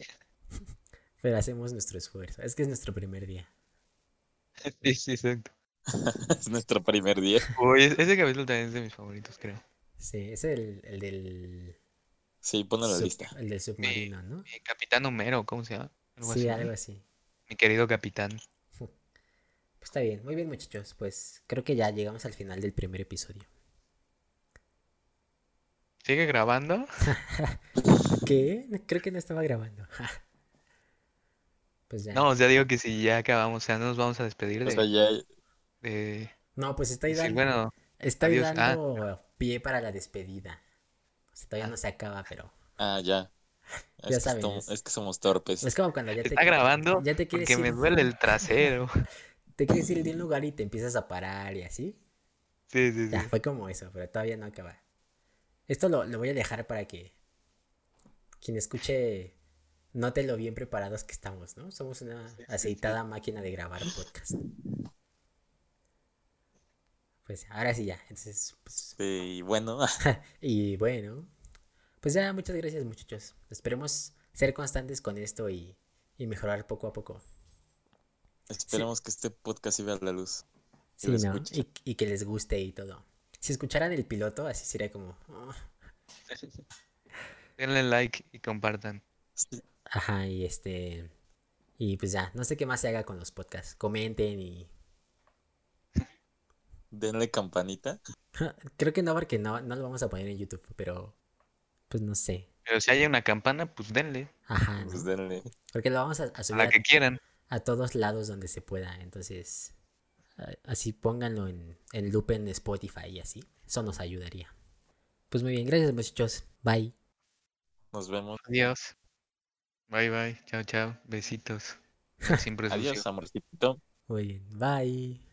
Speaker 2: Pero hacemos nuestro esfuerzo. Es que es nuestro primer día.
Speaker 4: Sí, sí, exacto.
Speaker 1: Es nuestro primer día.
Speaker 4: Uy, es- ese capítulo también es de mis favoritos, creo.
Speaker 2: Sí, es el, el del.
Speaker 1: Sí, ponlo en la
Speaker 2: sub-
Speaker 1: lista.
Speaker 2: El del submarino, ¿no?
Speaker 4: Mi capitán Homero, ¿cómo se llama? Algo
Speaker 2: Sí,
Speaker 4: así, ¿no?
Speaker 2: algo así.
Speaker 4: Mi querido capitán.
Speaker 2: Pues está bien, muy bien, muchachos. Pues creo que ya llegamos al final del primer episodio.
Speaker 4: ¿Sigue grabando?
Speaker 2: ¿Qué? Creo que no estaba grabando. Pues ya.
Speaker 4: No, o sea, digo que si ya acabamos, o sea, no nos vamos a despedir
Speaker 1: O
Speaker 4: de...
Speaker 1: sea, ya
Speaker 4: de-
Speaker 2: No, pues estoy
Speaker 4: decir,
Speaker 2: dando,
Speaker 4: bueno,
Speaker 2: estoy
Speaker 4: adiós. Ah.
Speaker 2: dando pie para la despedida. O sea, todavía no se acaba, pero.
Speaker 1: Ah, ya.
Speaker 2: Ya
Speaker 1: Es, que
Speaker 2: saben,
Speaker 1: somos,
Speaker 2: es-
Speaker 1: es que somos torpes.
Speaker 2: Es como cuando ya te.
Speaker 4: está grabando
Speaker 2: Ya te quieres
Speaker 4: porque me
Speaker 2: ir.
Speaker 4: duele el trasero.
Speaker 2: te quieres ir de un lugar y te empiezas a parar y así.
Speaker 4: Sí, sí, sí.
Speaker 2: Ya, fue como eso, pero todavía no acaba. Esto lo, lo voy a dejar para que quien escuche note lo bien preparados que estamos, ¿no? Somos una aceitada máquina de grabar podcast. Pues ahora sí ya, entonces, pues,
Speaker 1: Este, Y bueno,
Speaker 2: y bueno, pues ya, muchas gracias muchachos. Esperemos ser constantes con esto y, y mejorar poco a poco.
Speaker 1: esperemos que este podcast sí vea la luz.
Speaker 2: Sí,
Speaker 1: que lo
Speaker 2: ¿no?
Speaker 1: escuchen.
Speaker 2: Y, y que les guste y todo. Si escucharan el piloto, así sería como... "Oh".
Speaker 4: Denle like y compartan.
Speaker 1: Sí,
Speaker 2: Ajá, y este... Y pues ya, no sé qué más se haga con los podcasts. Comenten y...
Speaker 1: Denle campanita.
Speaker 2: Creo que no, porque no, no lo vamos a poner en YouTube, pero... Pues no sé.
Speaker 4: Pero si hay una campana, pues denle
Speaker 2: Ajá, ¿no?
Speaker 1: Pues denle.
Speaker 2: Porque lo vamos a, a
Speaker 4: a
Speaker 2: subir
Speaker 4: la
Speaker 2: a,
Speaker 4: que quieran.
Speaker 2: a todos lados donde se pueda. Entonces, a- así pónganlo en, en loop en Spotify y así. Eso nos ayudaría. Pues muy bien, gracias muchachos. Bye.
Speaker 1: Nos vemos.
Speaker 4: Adiós. Bye,
Speaker 2: Pues
Speaker 4: bye. Chao, chao. Besitos. Siempre es
Speaker 1: Adiós, amorcito.
Speaker 2: Muy bien, bye.